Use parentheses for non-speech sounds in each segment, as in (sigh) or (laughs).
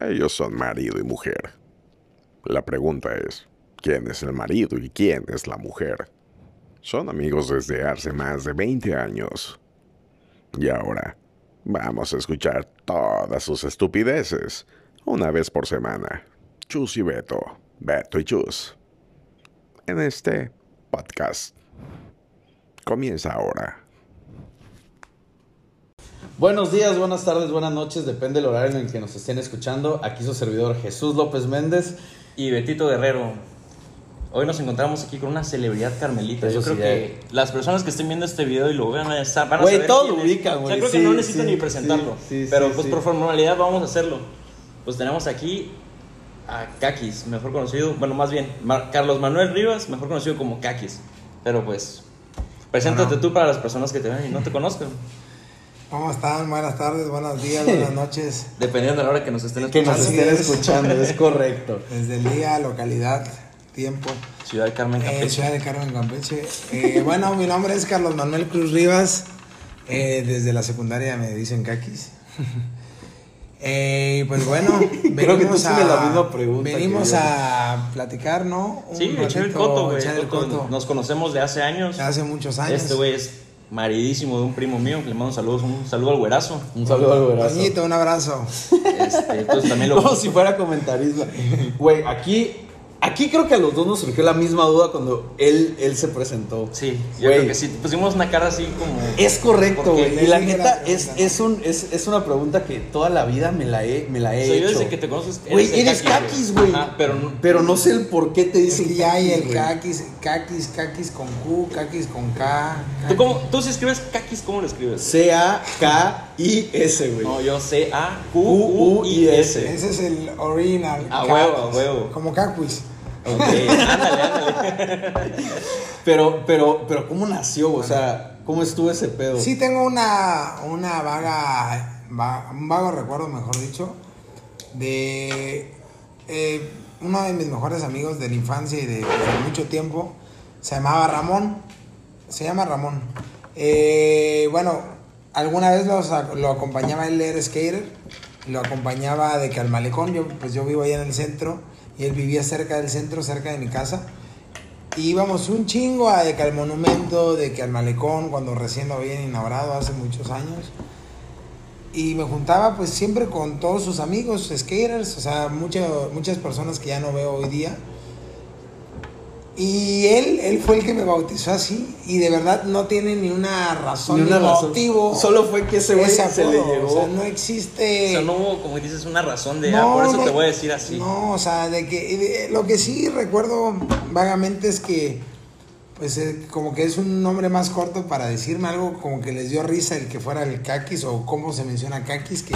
Ellos son marido y mujer. La pregunta es, ¿quién es el marido y quién es la mujer? Son amigos desde hace más de 20 años. Y ahora, vamos a escuchar todas sus estupideces, una vez por semana. Chus y Beto, Beto y Chus. En este podcast. Comienza ahora. Buenos días, buenas tardes, buenas noches, depende del horario en el que nos estén escuchando. Aquí su servidor Jesús López Méndez. y Betito Guerrero. Hoy nos encontramos aquí con una celebridad carmelita. Eso Yo creo sí, eh. que las personas que estén viendo este video y lo vean van a sa- van a Güey, saber todo quién lo es. ubican, O sea, güey. creo que Sí, no necesito sí, ni presentarlo. sí, sí, pero sí, pues sí. por formalidad vamos a hacerlo. Pues tenemos aquí a Kakis, mejor conocido, bueno, más bien, Mar- Carlos Manuel Rivas, mejor conocido como Kakis. Pero pues, preséntate tú para las personas que te ven y no te conozcan, ¿Cómo están? Buenas tardes, buenos días, buenas noches. dependiendo de la hora que nos estén Que escuchando. nos Así estén es. escuchando, es correcto. Desde el día, localidad, tiempo. Ciudad del Carmen, Eh, Campeche. Ciudad de Carmen, Campeche. Eh, bueno, mi nombre es Carlos Manuel Cruz Rivas. Eh, desde la secundaria me dicen (laughs) caquis. Eh, pues bueno, Creo que tú venimos, tienes a, la misma pregunta que venimos yo. a platicar, ¿no? Un Sí, echar el ratito, coto, güey. echar el Coto. coto. Nos conocemos de hace Ah, años. Hace muchos años. Este güey es maridísimo de un primo mío, que le mando saludos, un saludo al güerazo. Un saludo al güerazo. Toñito, un abrazo. Este, entonces también (laughs) Oh, lo Como si fuera comentarista. Güey, aquí, aquí creo que a los dos nos surgió la misma duda cuando él, él se presentó. Sí, yo Güey. creo que sí, pusimos una cara así como Es correcto, Porque güey. Y la le dije neta la es, pregunta. es, un, es, es una pregunta que toda la vida me la he, me la O he sea, yo hecho. desde que te conoces Güey, el eres caquis, güey. Ajá, pero no- Pero no sé el por qué te Es dicen que ya hay el güey. caquis, caquis, caquis con Q, caquis con K. ¿Tú, cómo, tú si escribes caquis, ¿cómo lo escribes? C-A-K-I-S, güey. No, yo C A Q U I U-U-I-S. S. Ese es el original. A caquis. huevo, a huevo. Como caquis. Ok, (laughs) Ah, ándale, ándale. Pero, pero, pero, ¿cómo nació? O sea, ¿cómo estuvo ese pedo? Sí tengo una, una vaga, va- un vago recuerdo, mejor dicho, de eh, uno de mis mejores amigos de la infancia y de, pues, de mucho tiempo. Se llamaba Ramón. Se llama Ramón. Eh, bueno, alguna vez los ac- lo acompañaba él, era skater. Lo acompañaba de que al malecón, yo, pues yo vivo allá en el centro y él vivía cerca del centro, cerca de mi casa. Y íbamos un chingo a, de que al monumento, de que al malecón, cuando recién lo habían inaugurado hace muchos años. Y me juntaba pues siempre con todos sus amigos, skaters, o sea, mucho- muchas personas que ya no veo hoy día. Y él, él fue el que me bautizó así. Y de verdad no tiene ni una razón, Ni ni, una razón. motivo. Solo fue que ese güey se le apodo, llegó. O sea, no O existe. sea, no hubo, como dices, una razón de, ah, por eso no, te voy a decir así. No, o sea, de que de- lo que sí recuerdo vagamente es que, pues, eh, como que es un nombre más corto para decirme algo, como que les dio risa el que fuera el Kakis o cómo se menciona Kakis, que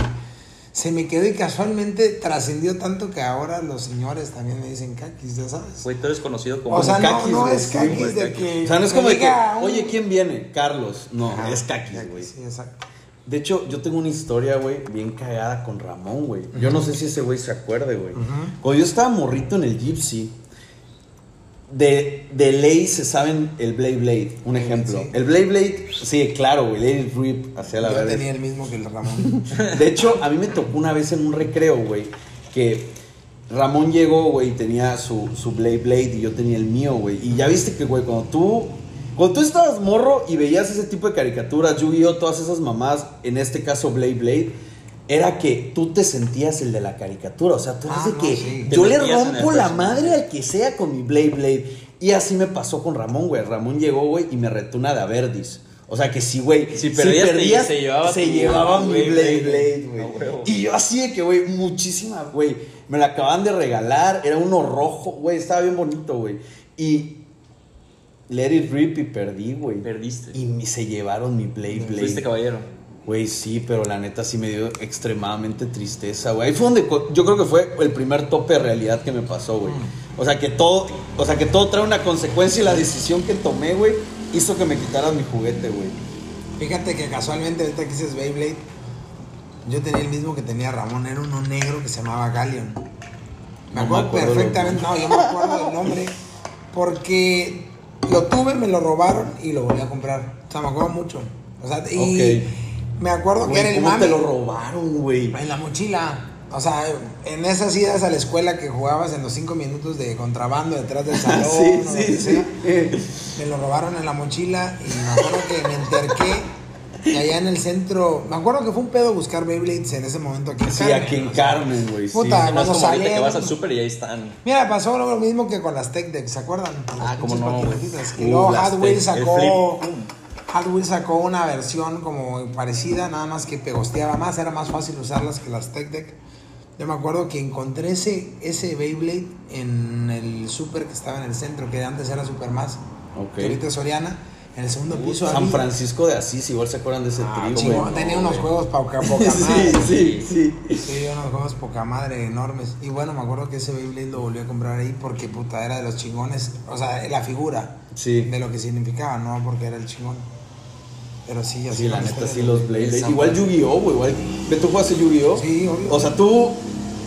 se me quedó y casualmente trascendió tanto que ahora los señores también me dicen Kakis, ya sabes. Güey, tú eres conocido como O sea, no, Kakis, no güey, es sí, Kakis güey, de Kakis. que. O sea, no es como de que, llega un- oye, ¿quién viene? Carlos. No, Ajá, es caquis, güey. Sí, exacto. De hecho, yo tengo una historia, güey, bien cagada con Ramón, güey. Yo no sé si ese güey se acuerde, güey. Cuando yo estaba morrito en el Gypsy, de, de ley se saben el Blade Blade, un ejemplo. sí. El Blade Blade, sí, claro, güey, Lady Rip, hacia la Yo verdad. tenía el mismo que el Ramón. De hecho, a mí me tocó una vez en un recreo, güey, que Ramón llegó, güey, y tenía su, su Blade Blade y yo tenía el mío, güey. Y ya viste que, güey, cuando tú, cuando tú estabas morro y veías ese tipo de caricaturas, Yu-Gi-Oh, todas esas mamás, en este caso Blade Blade, era que tú te sentías el de la caricatura. O sea, tú eras Ah, de no, que sí. yo Te le metías en el rompo la personaje. madre al que sea con mi Blade Blade. Y así me pasó con Ramón, güey. Ramón llegó, güey, y me retó una de Averdis. O sea que sí, güey. Si perdías, te- se llevaba se tu- llevaba mi Blade Blade Blade, Blade, güey. güey. A huevo. y yo así de que, güey, muchísima, güey. Me la acaban de regalar. Era uno rojo, güey. Estaba bien bonito, güey. Y let it rip y perdí, güey. Perdiste. Y me- se llevaron mi Blade Fuiste Blade. caballero. Güey, sí, pero la neta sí me dio extremadamente tristeza, güey. Ahí fue donde co- yo creo que fue el primer tope de realidad que me pasó, güey. Mm. O sea que todo, o sea que todo trae una consecuencia y la decisión que tomé, güey, hizo que me quitaran mi juguete, güey. Fíjate que casualmente ahorita que dices Beyblade, yo tenía el mismo que tenía Ramón, era uno negro que se llamaba Galleon. Me No me acuerdo acuerdo perfectamente, no, yo me acuerdo del nombre, porque lo tuve, me lo robaron y lo volví a comprar. O sea, me acuerdo mucho. O sea, y Ok. me acuerdo que era Güey, el ¿cómo mame. te lo robaron, güey? En la mochila. O sea, en esas idas a la escuela que jugabas en los cinco minutos de contrabando (laughs) detrás del salón, Sí, o lo sí, que sí. sea, me lo robaron en la mochila y me acuerdo que me enterqué que allá en el centro, me acuerdo que fue un pedo buscar Beyblades en ese momento aquí. en Sí, Carmen, aquí en o sea. Carmen, güey. sí. Puta. No es Cuando como ahorita que salieron- vas al súper y ahí están. Mira, pasó lo mismo que con las Tech Decks, ¿se acuerdan? Ah, Las cómo pinches no, güey. paquetitas. Y Uh, luego las Hot Wheels Tech, el sacó. flip, pum. Hot Wheels sacó una versión como parecida, nada más que pegosteaba más, era más fácil usarlas que las Tech Deck. Yo me acuerdo que encontré ese, ese Beyblade en el super que estaba en el centro, que antes era Super Más, Ok. que ahorita es Soriana, en el segundo Uh, piso. San había- Francisco de Asís, igual se acuerdan de ese Ah, trío, chingón, güey. tenía unos juegos (laughs) (laughs) poca, poca madre. Sí, sí, sí. Sí, unos juegos poca madre enormes. Y bueno, me acuerdo que ese Beyblade lo volví a comprar ahí porque puta era de los chingones. O sea, la figura Sí. de lo que significaba, no porque era el chingón. Pero sí, así Sí, la con neta, ustedes, sí, los güey. Blade. Esa- Igual Yu-Gi-Oh, güey. Igual. ¿Ve tú jugaste Yu-Gi-Oh? Sí, obvio. O sea, tú.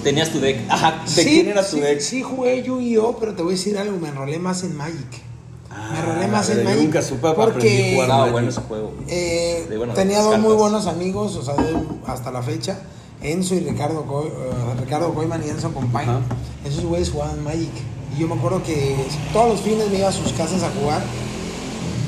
Tenías tu deck. Ajá. ¿de quién era tu sí, deck? Sí, jugué Yu-Gi-Oh, pero te voy a decir algo, me enrolé más en Magic. me enrolé Ah, más pero en yo Magic. nunca supe aprendí a porque jugar Ah, Magic. bueno ese juego. Eh, De, bueno, de tenía las dos muy cartas. buenos amigos, o sea, de- hasta la fecha. Enzo y Ricardo, Co- eh, Ricardo Coiman y Enzo Compain. Ajá. Esos güeyes jugaban Magic. Y yo me acuerdo que todos los fines me iba a sus casas a jugar.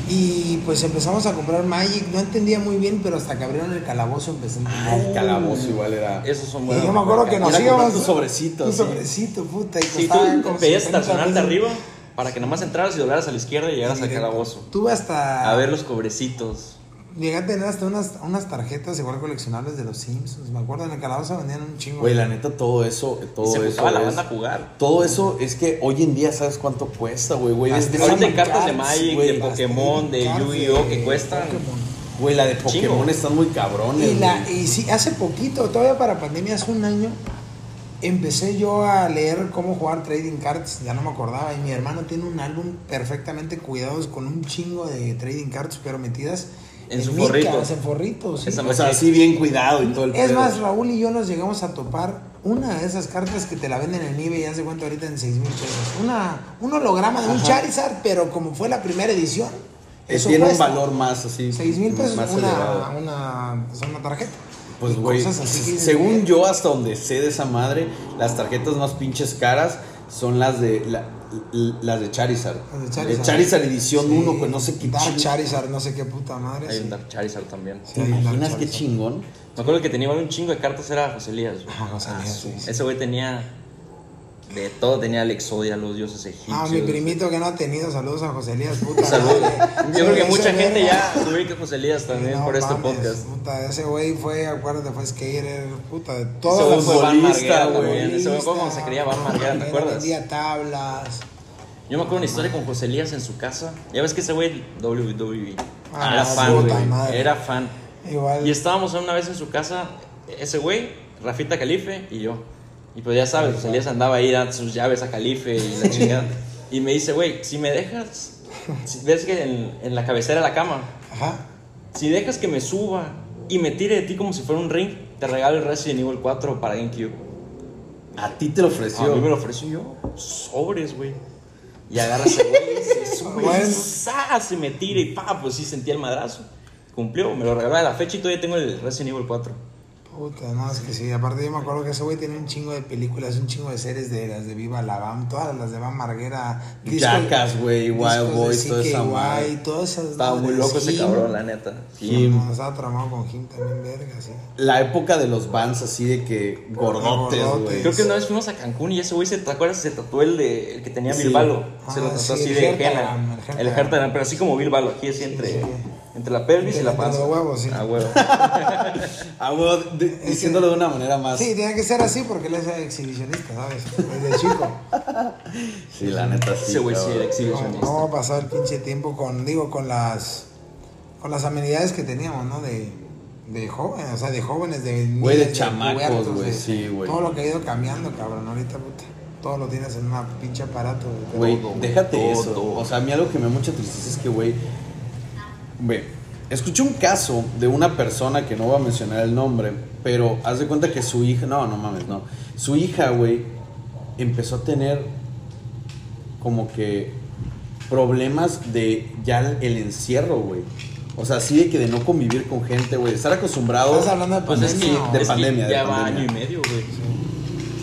Y pues empezamos a comprar Magic. No entendía muy bien, pero hasta que abrieron el calabozo empecé a entender. Ah, el Uh. calabozo igual era. Esos son Y buenos. yo me acuerdo que era nos comprar íbamos. tu sobrecito, Tu sí. sobrecito, puta. Y Si costaban tú como pedías 70 estacionarte pesos. arriba para que nomás entraras y doblaras a la izquierda y llegaras al Directo. Ah. calabozo. Tuve hasta. A ver los cobrecitos. Llegué a tener hasta unas, unas tarjetas igual coleccionables de los Simpsons. Me acuerdo en el calabozo vendían un chingo. Güey, la neta, todo eso, todo Y se eso juntaba la es- banda a jugar. Todo eso es que hoy en día sabes cuánto cuesta, güey, güey. Es Las de- tres Ahorita ahorita- hay cartas de cards, Magic, güey, de las Pokémon, de cartas Yu-Gi-Oh que de cuestan. Pokémon. güey, la de Pokémon Chingo. están muy cabrones. Y, la, güey. y sí, hace poquito, todavía para pandemia, hace un año, empecé yo a leer cómo jugar trading cards. Ya no me acordaba. Y mi hermano tiene un álbum perfectamente cuidados con un chingo de trading cards, pero metidas En su micas, forrito. en forritos. sí. Esa O sea, así bien cuidado y todo el Es pedo. Eh, más, Raúl y yo nos llegamos a topar una de esas cartas que te la venden en eBay y hace cuenta ahorita en 6 mil pesos. Una, un holograma de un Charizard, pero como fue la primera edición, Es- eso tiene un cuesta. valor más así. 6 mil pesos más una, elevado. una, pues, una tarjeta. Pues, Y güey, cosas así que dices, "Eh, según "Mira". yo, hasta donde sé de esa madre, las tarjetas más pinches caras son las de la- l- las de Charizard. Las de Charizard. El Charizard edición Sí, 1, pues no sé qué Dark ching- Charizard, no sé qué puta madre. Hay sí. un Dark Charizard también. Sí, ¿Te Dark imaginas qué Charizard. chingón? Me acuerdo que tenía igual un chingo de cartas, era José Elías. güey. Ah, José Elías, su- sí, sí. Ese güey tenía de todo, tenía el Exodia, los dioses egipcios. Ah, mi primito que no ha tenido, saludos a José Elías, (laughs) puta. Saludos. madre. Yo creo que Ese mucha verga. gente ya ubica a José Elías también No por este mames, podcast. Puta, ese güey fue, acuérdate, fue skater, puta, de Ese todo. güey fue Van futbolista, Marguera también. güey Ese güey fue como se creía Van Marguera, ¿te acuerdas? Vendía tablas. Yo me acuerdo una historia con José Elías en su casa. Ya ves que ese güey WWE. Ah, era la fan, puta güey. madre. Era fan. Igual. Y estábamos una vez en su casa, ese güey, Rafita Calife y yo. Y pues ya sabes, José Elías andaba ahí dando sus llaves a Calife y la chingada. Y me dice, güey, si me dejas, si ves que en, en la cabecera de la cama, Ajá. si dejas que me suba y me tire de ti como si fuera un ring, te regalo el Resident Evil 4 para GameCube. Ah, A ti te lo A mí me ofreció. lo ofreció yo, sobres, güey. Y agarra ese güey, se sube, Bueno. y ¡za! se me tira y pa, pues sí sentí el madrazo. Cumplió, me lo regaló a la fecha y todavía tengo el Resident Evil 4. Puta, no, es que sí. Aparte, yo me acuerdo que ese güey tiene un chingo de películas, un chingo de series de las de Viva la Bam, todas las de Van Marguera. Jackass, güey, Wild Boys, toda esa madre. güey, todas esas. Estaba madres, muy loco ese Jim. Cabrón, la neta. Jim. No, estaba tramado con Jim también, verga, sí. La época de los Vans así de que gordotes, Gordotes. güey. Creo que una vez fuimos a Cancún y ese güey, se, ¿te acuerdas? Se tatuó el, de, el que tenía Sí. Bill Balo. Ah, se lo tatuó sí, así el de Hertagram, henna. el El Hertagram. Hertagram, pero así como Bill Balo, aquí así entre, sí. entre la pelvis Entre y la los panza. huevos, sí. (laughs) Ah, huevo. Ah, güey, de- diciéndolo de una manera más. Sí, tenía que ser así porque él es exhibicionista, ¿sabes? Desde chico. Sí, la neta sí. Ese güey sí cabrón. era No, exhibicionista. no pasado el pinche tiempo con, digo, con las con las amenidades que teníamos, ¿no? De, de jóvenes, o sea, de jóvenes, de Güey, de niñas, chamacos, pubertos, güey, de- sí, güey. Todo lo que ha ido cambiando, cabrón, ahorita, puta. Todo lo tienes en una pinche aparato, Güey, Todo, déjate todo, eso. todo. O sea, a mí algo que me da mucha tristeza es que, güey. Ve, escuché un caso de una persona que no voy a mencionar el nombre, pero haz de cuenta que su hija. No, no mames, no. Su hija, güey, empezó a tener como que problemas de ya el el encierro, güey. O sea, así de que de no convivir con gente, güey. de Estar acostumbrado. Estás hablando de Pues es que, pandemia. de es que pandemia, de ya va pandemia. año y medio, güey.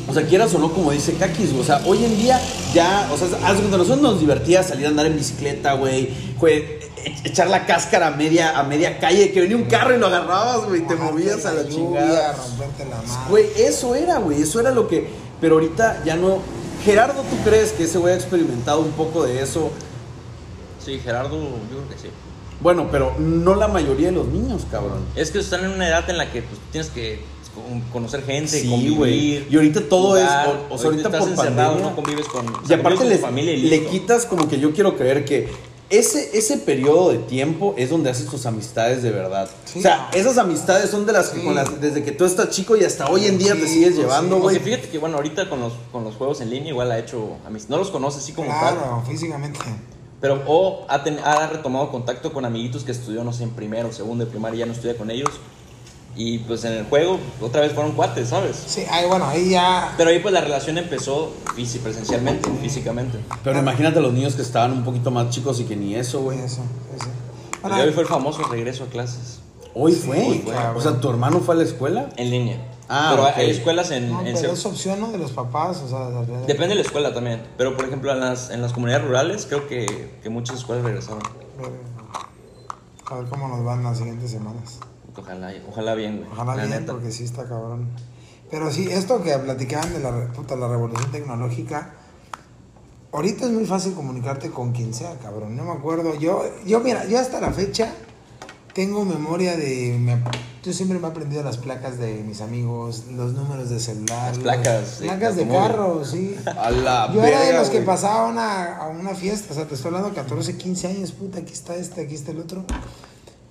O sea, quieras o no, como dice Kakis, güey, o sea, hoy en día ya, o sea, haz de cuenta, nosotros nos divertía salir a andar en bicicleta, güey, güey, e- e- echar la cáscara a media, a media calle, que venía un carro y lo agarrabas, güey, te movías a la chingada. romperte la madre. Güey, eso era, güey, eso era lo que. Pero ahorita ya no. Gerardo, ¿tú crees que ese güey ha experimentado un poco de eso? Sí, Gerardo, yo creo que sí. Bueno, pero no la mayoría de los niños, cabrón. Es que están en una edad en la que pues, tienes que con- conocer gente, Sí, convivir. güey. Y ahorita todo jugar. es- o- o sea, ahorita estás por encerrado, pandemia. no convives con, o sea, Y aparte convives con les- tu familia y le listo. quitas como que yo quiero creer que ese, ese periodo de tiempo es donde haces tus amistades de verdad. Sí. O sea, esas amistades son de las que Sí. con las, desde que tú estás chico y hasta hoy en día te Sí, sigues sí. llevando, pues O güey. sea, fíjate que bueno, ahorita con los, con los juegos en línea igual ha hecho amistad. No los conoce así como tal, Claro, físicamente. pero o ha, ten- ha retomado contacto con amiguitos que estudió, no sé, en primero, segundo de primaria, ya no estudia con ellos. Y pues en el juego otra vez fueron cuates, ¿sabes? Sí, ahí, bueno, ahí ya. Pero ahí pues la relación empezó fisi- presencialmente, físicamente. Pero imagínate los niños que estaban un poquito más chicos y que ni eso, güey. Güey, eso, eso. El Bueno, de hoy fue el famoso regreso a clases, Hoy fue. hoy fue, o sea, ¿tu hermano fue a la escuela? en línea. Ah, pero ok. hay escuelas en... no, en pero cer- es opción ¿no? de los papás, o sea, de- de- Depende de la escuela también, pero por ejemplo en las, en las comunidades rurales creo que, que muchas escuelas regresaron. A ver cómo nos van las siguientes semanas. Ojalá, ojalá bien, güey. Ojalá la bien, neta. porque sí está cabrón. Pero sí, esto que platicaban de la, re- puta, la revolución tecnológica, ahorita es muy fácil comunicarte con quien sea, cabrón. No me acuerdo. Yo, yo mira, yo hasta la fecha tengo memoria de... me- yo siempre me he aprendido las placas de mis amigos, los números de celular. Las los- placas de placas de automóvil. (laughs) carro, sí. A la Yo era de verga, los que güey. pasaban a, a una fiesta, o sea, te estoy hablando 14, 15 años, puta, aquí está este, aquí está el otro.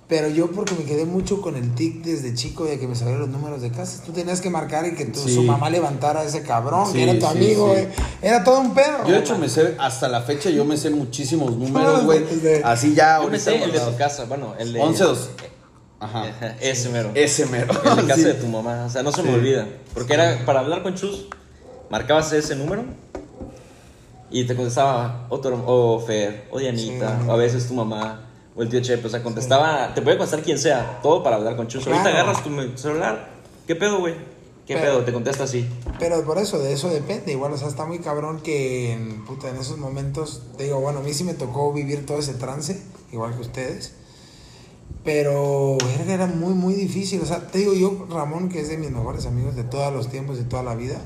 Pero yo porque me quedé mucho con el tic desde chico de que me salían los números de casa. Tú tenías que marcar y que tu, Sí. su mamá levantara a ese cabrón, Sí, que era tu sí, amigo, sí. güey. Era todo un perro. Yo de hecho me sé, hasta la fecha yo me sé muchísimos números, (laughs) Todos güey. los de- Así ya Yo me Ah, ahorita. sé el de guardados. tu casa, bueno, el de... 11 dos. Ajá. Ajá, Ese mero. Ese mero. El de (laughs) casa Sí. de tu mamá, o sea, no se me olvida. Porque era para hablar con Chus, marcabas ese número y te contestaba otro, o Fer, o Dianita, Sí. o a veces tu mamá, o el tío Chepe, o sea, contestaba, te puede contestar quien sea, todo para hablar con Chus. Ahorita Claro. agarras tu me- celular, ¿qué pedo, güey? ¿Qué Pero- pedo? Te contesta así. Pero por eso, de eso depende. Igual, o sea, está muy cabrón que en, puta, en esos momentos, te digo, bueno, a mí sí me tocó vivir todo ese trance, igual que ustedes. Pero verga, era muy, muy difícil. O sea, te digo yo, Ramón, que es de mis mejores amigos de todos los tiempos y toda la vida.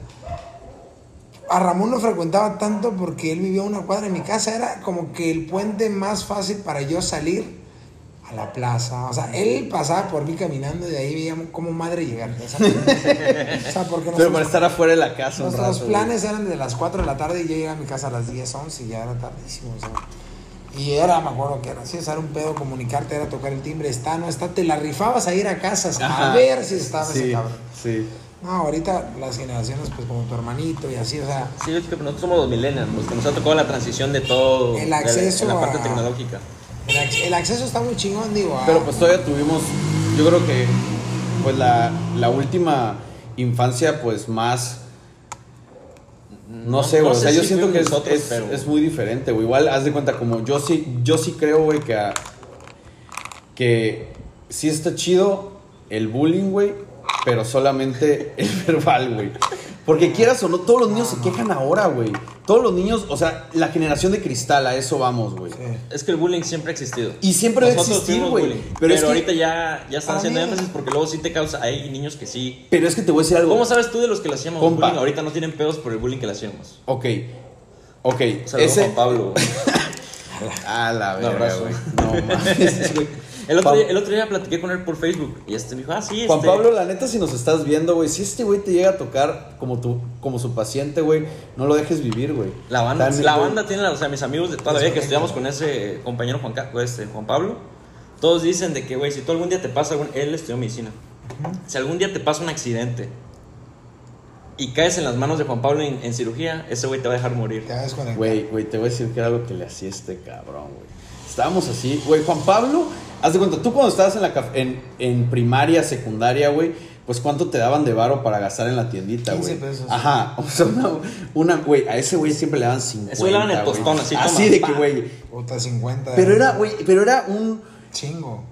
A Ramón lo frecuentaba tanto porque él vivía a una cuadra de mi casa. Era como que el puente más fácil para yo salir a la plaza. O sea, él pasaba por mí caminando y de ahí veíamos cómo madre llegar. ya sabes. (laughs) o sea, porque Pero nosotros- para estar afuera de la casa. un Nuestros rato, güey. planes eran de las 4 de la tarde y yo llegaba a mi casa a las 10, 11 y ya era tardísimo. o sea. Y era, me acuerdo que era así, o sea, era un pedo comunicarte, era tocar el timbre, está, no está, te la rifabas a ir a casas a Ajá. ver si estaba ese Sí, cabrón. sí. No, ahorita las generaciones, pues como tu hermanito y así, o sea, Sí, es que pues, nosotros somos los millennials, los que nos ha tocado la transición de todo. El de la- acceso en la parte a- tecnológica. el, ac- el acceso está muy chingón, digo. ah, a- Pero pues todavía tuvimos, yo creo que pues la, la última infancia pues más... No, sé, güey. no o sea, sé yo si siento que es, fuimos nosotros, es- pero- es muy diferente, güey. Igual, haz de cuenta, como yo sí, yo sí creo, güey, que, a- que sí está chido el bullying, güey, pero solamente (laughs) el verbal, güey. Porque quieras o no, todos los niños se quejan ahora, güey. Todos los niños, o sea, la generación de cristal, a eso vamos, güey. Sí. Es que el bullying siempre ha existido. Y siempre va a Nosotros existir, fuimos güey. bullying, Pero, Pero es que- ahorita ya, ya están Para haciendo mí- énfasis porque luego sí te causa. Hay niños que sí. Pero es que te voy a decir algo. ¿Cómo sabes tú de los que le hacíamos Compa. bullying? Ahorita no tienen pedos por el bullying que le hacíamos. Ok, ok. Saludos ese- Juan Pablo. güey. Ah, la Un verga, abrazo. güey. (laughs) No mames, güey. El otro, Pab- día, el otro día platiqué con él por Facebook y este me dijo, ah, sí, Juan este, Pablo, la neta, si nos estás viendo, güey, si este güey te llega a tocar como tu, como su paciente, güey, no lo dejes vivir, güey. La banda, También, la güey. banda tiene, la- o sea, mis amigos de toda la vida que estudiamos con ese compañero Juan, Ca- este, Juan Pablo, todos dicen de que, güey, si tú algún día te pasa, algún- él estudió medicina, si algún día te pasa un accidente y caes en las manos de Juan Pablo en, en cirugía, ese güey te va a dejar morir. Te vas con el- Güey, güey, te voy a decir que era lo que le hacía este cabrón, güey. Estábamos así, güey, Juan Pablo, haz de cuenta, tú cuando estabas en la caf- en, en primaria, secundaria, güey, pues cuánto te daban de varo para gastar en la tiendita, güey. 15 pesos. Ajá, (laughs) o sea, una, una, güey, a ese güey siempre le daban 50. Ese güey le daban el güey. tostón, así, Así toma, de que, pa. güey. Puta 50. Pero era, güey, pero era un Chingo.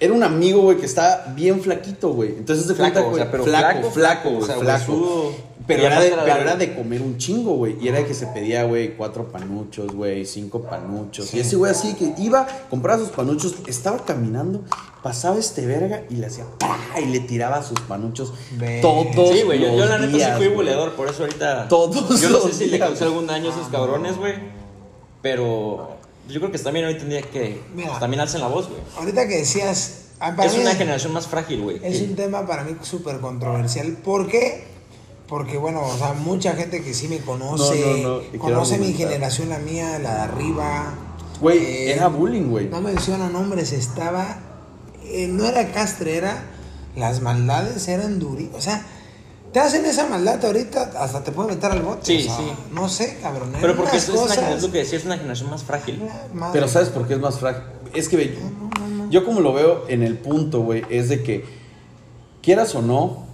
Era un amigo, güey, que estaba bien flaquito, güey. Entonces de Flaco, cuenta, o güey, sea, pero flaco, flaco, flaco, güey, o sea, flaco. huesudo. Pero Y era, además de, era pero largo. era de comer un chingo, güey. Y era de que se pedía, güey, cuatro panuchos, güey, cinco panuchos. Y ese güey así que iba, compraba sus panuchos, estaba caminando, pasaba este verga y le hacía ¡pah! y le tiraba sus panuchos Ve. todos Sí, güey, yo, yo los la neta sí días, fui güey. buleador, por eso ahorita. Todos Yo no sé los si le días. Ah, causé algún daño a esos cabrones, güey. Pero yo creo que también hoy tendría que. Mira. pues, también alcen la voz, güey. Ahorita que decías. ah, para Es mí una generación más frágil, güey. Es que- un tema para mí súper controversial. ¿Por qué? Porque, bueno, o sea, mucha gente que sí me conoce, No, no, no, y quiero conoce mi argumentar. generación, la mía, la de arriba. Güey, Eh, era bullying, güey. No menciona nombres, estaba. eh, no era castre, era. Las maldades eran durísimas. O sea, te hacen esa maldad ahorita, hasta te pueden meter al bote. Sí, o sea, sí. No sé, cabrón. Pero eran porque unas es, es una- cosas- es lo que decía, es una generación más frágil. Madre. Pero ¿sabes por qué es más frágil? Es que ve, yo como lo veo en el punto, güey, es de que quieras o no,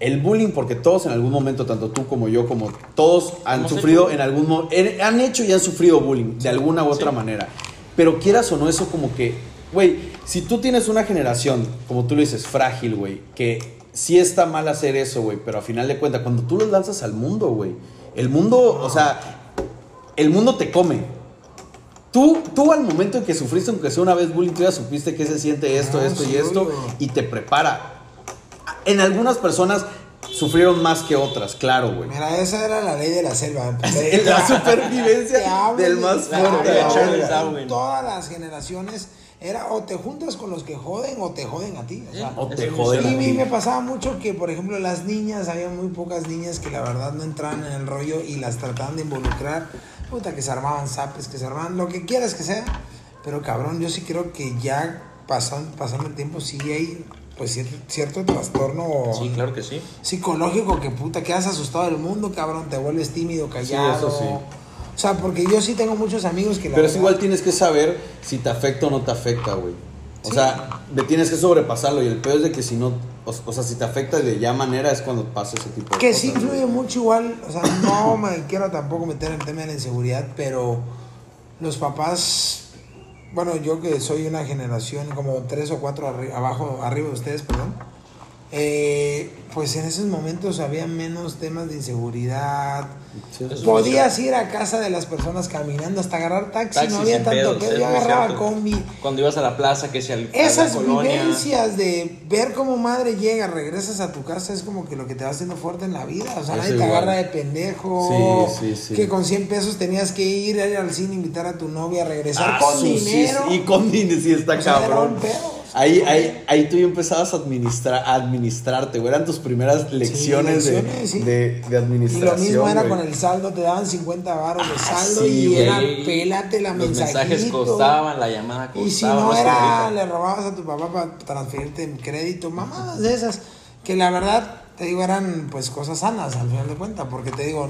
el bullying, porque todos en algún momento, tanto tú como yo, como todos han Hemos sufrido hecho. en algún mo- en- han hecho y han sufrido bullying de alguna u otra Sí. manera. Pero quieras o no, eso como que, güey, si tú tienes una generación, como tú lo dices, frágil, güey, que sí está mal hacer eso, güey, pero a final de cuentas, cuando tú los lanzas al mundo, güey, el mundo, o sea, el mundo te come. Tú, tú al momento en que sufriste, aunque sea una vez bullying, tú ya supiste que se siente esto, Ah, esto sí, y esto, obvio. y te prepara. En algunas personas sufrieron más que otras, claro, güey. Mira, esa era la ley de la selva. (laughs) La supervivencia hablo del de- más la- fuerte. la- Charles la- Darwin. Todas las generaciones era o te juntas con los que joden o te joden a ti. O sea, O te Eso joden y a a mí ti. me pasaba mucho que, por ejemplo, las niñas, había muy pocas niñas que la verdad no entraban en el rollo y las trataban de involucrar. Puta, que se armaban zapes, que se armaban lo que quieras que sea. Pero cabrón, yo sí creo que ya pasan, pasando el tiempo sí hay pues cierto, cierto trastorno Sí, claro que sí. psicológico que puta, quedas asustado del mundo, cabrón, te vuelves tímido, callado. eso sí. O sea, porque yo sí tengo muchos amigos que la Pero es verdad- igual tienes que saber si te afecta o no te afecta, güey. O sea, le tienes que sobrepasarlo y el peor es de que si no, o, o sea, si te afecta de ya manera es cuando pasa ese tipo de Que cosas. sí güey. influye mucho igual, o sea, no me quiero tampoco meter en el tema de la inseguridad, pero los papás, bueno, yo que soy una generación como tres o cuatro arri- abajo, arriba de ustedes, perdón, eh, pues en esos momentos había menos temas de inseguridad. Sí, eso es Podías ir a casa de las personas caminando hasta agarrar taxi, Taxis no había sin tanto pedos, pedo, es yo muy agarraba cierto. combi. Cuando ibas a la plaza, que se al. a la Esas colonia. vivencias de ver cómo madre llega, regresas a tu casa, es como que lo que te va haciendo fuerte en la vida. O sea, Es nadie te igual. agarra de pendejo. Sí, sí, sí. Que con 100 pesos tenías que ir, ir al cine, invitar a tu novia, regresar Ah, con su- sí, dinero. sí, y con dinero, sí, está O sea, Pues era cabrón. un pedo, o sea, Ahí, no ahí, ahí tú ya empezabas a, administrar, a administrarte, güey. Eran tus primeras lecciones, de- lecciones, sí. de, de Y administración. lo mismo era güey. Ah, con el saldo, te daban 50 baros de saldo sí, y güey. era pélate la Los mensajes mensajito. costaban, la llamada costaba. Este Y si no es era, correcto. le robabas a tu papá para transferirte en crédito, mamadas de esas, que la verdad, te digo, eran pues cosas sanas al final de cuentas, porque te digo,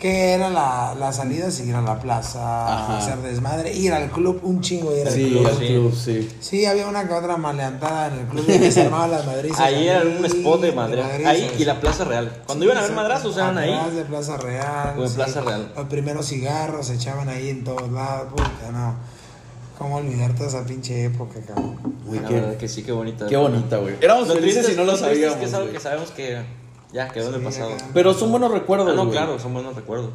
que era la, la salida? Si ir a la plaza, Ajá. hacer desmadre, ir al club, un chingo ir al Sí, club. al club, sí. Sí, había una que otra maleantada en el club de que se armaban las madrizas. Ahí era ahí, un spot de madre. madrizas. Ahí y la Plaza Real. Cuando Sí, iban a ver exacto. madrazos, eran ahí. Atrás de Plaza Real. O de Plaza Real. Los primeros cigarros se echaban ahí en todos lados. Puta, no. ¿Cómo olvidar toda esa pinche época, cabrón? Güey, La qué- verdad que sí, qué bonita. Qué bonita, güey. Éramos Lo triste felices y no lo lo triste sabíamos. Es que es algo güey. que sabemos que ya quedó en el Sí, pasado. acá. Pero son buenos recuerdos, Ah, no, güey. claro, son buenos recuerdos.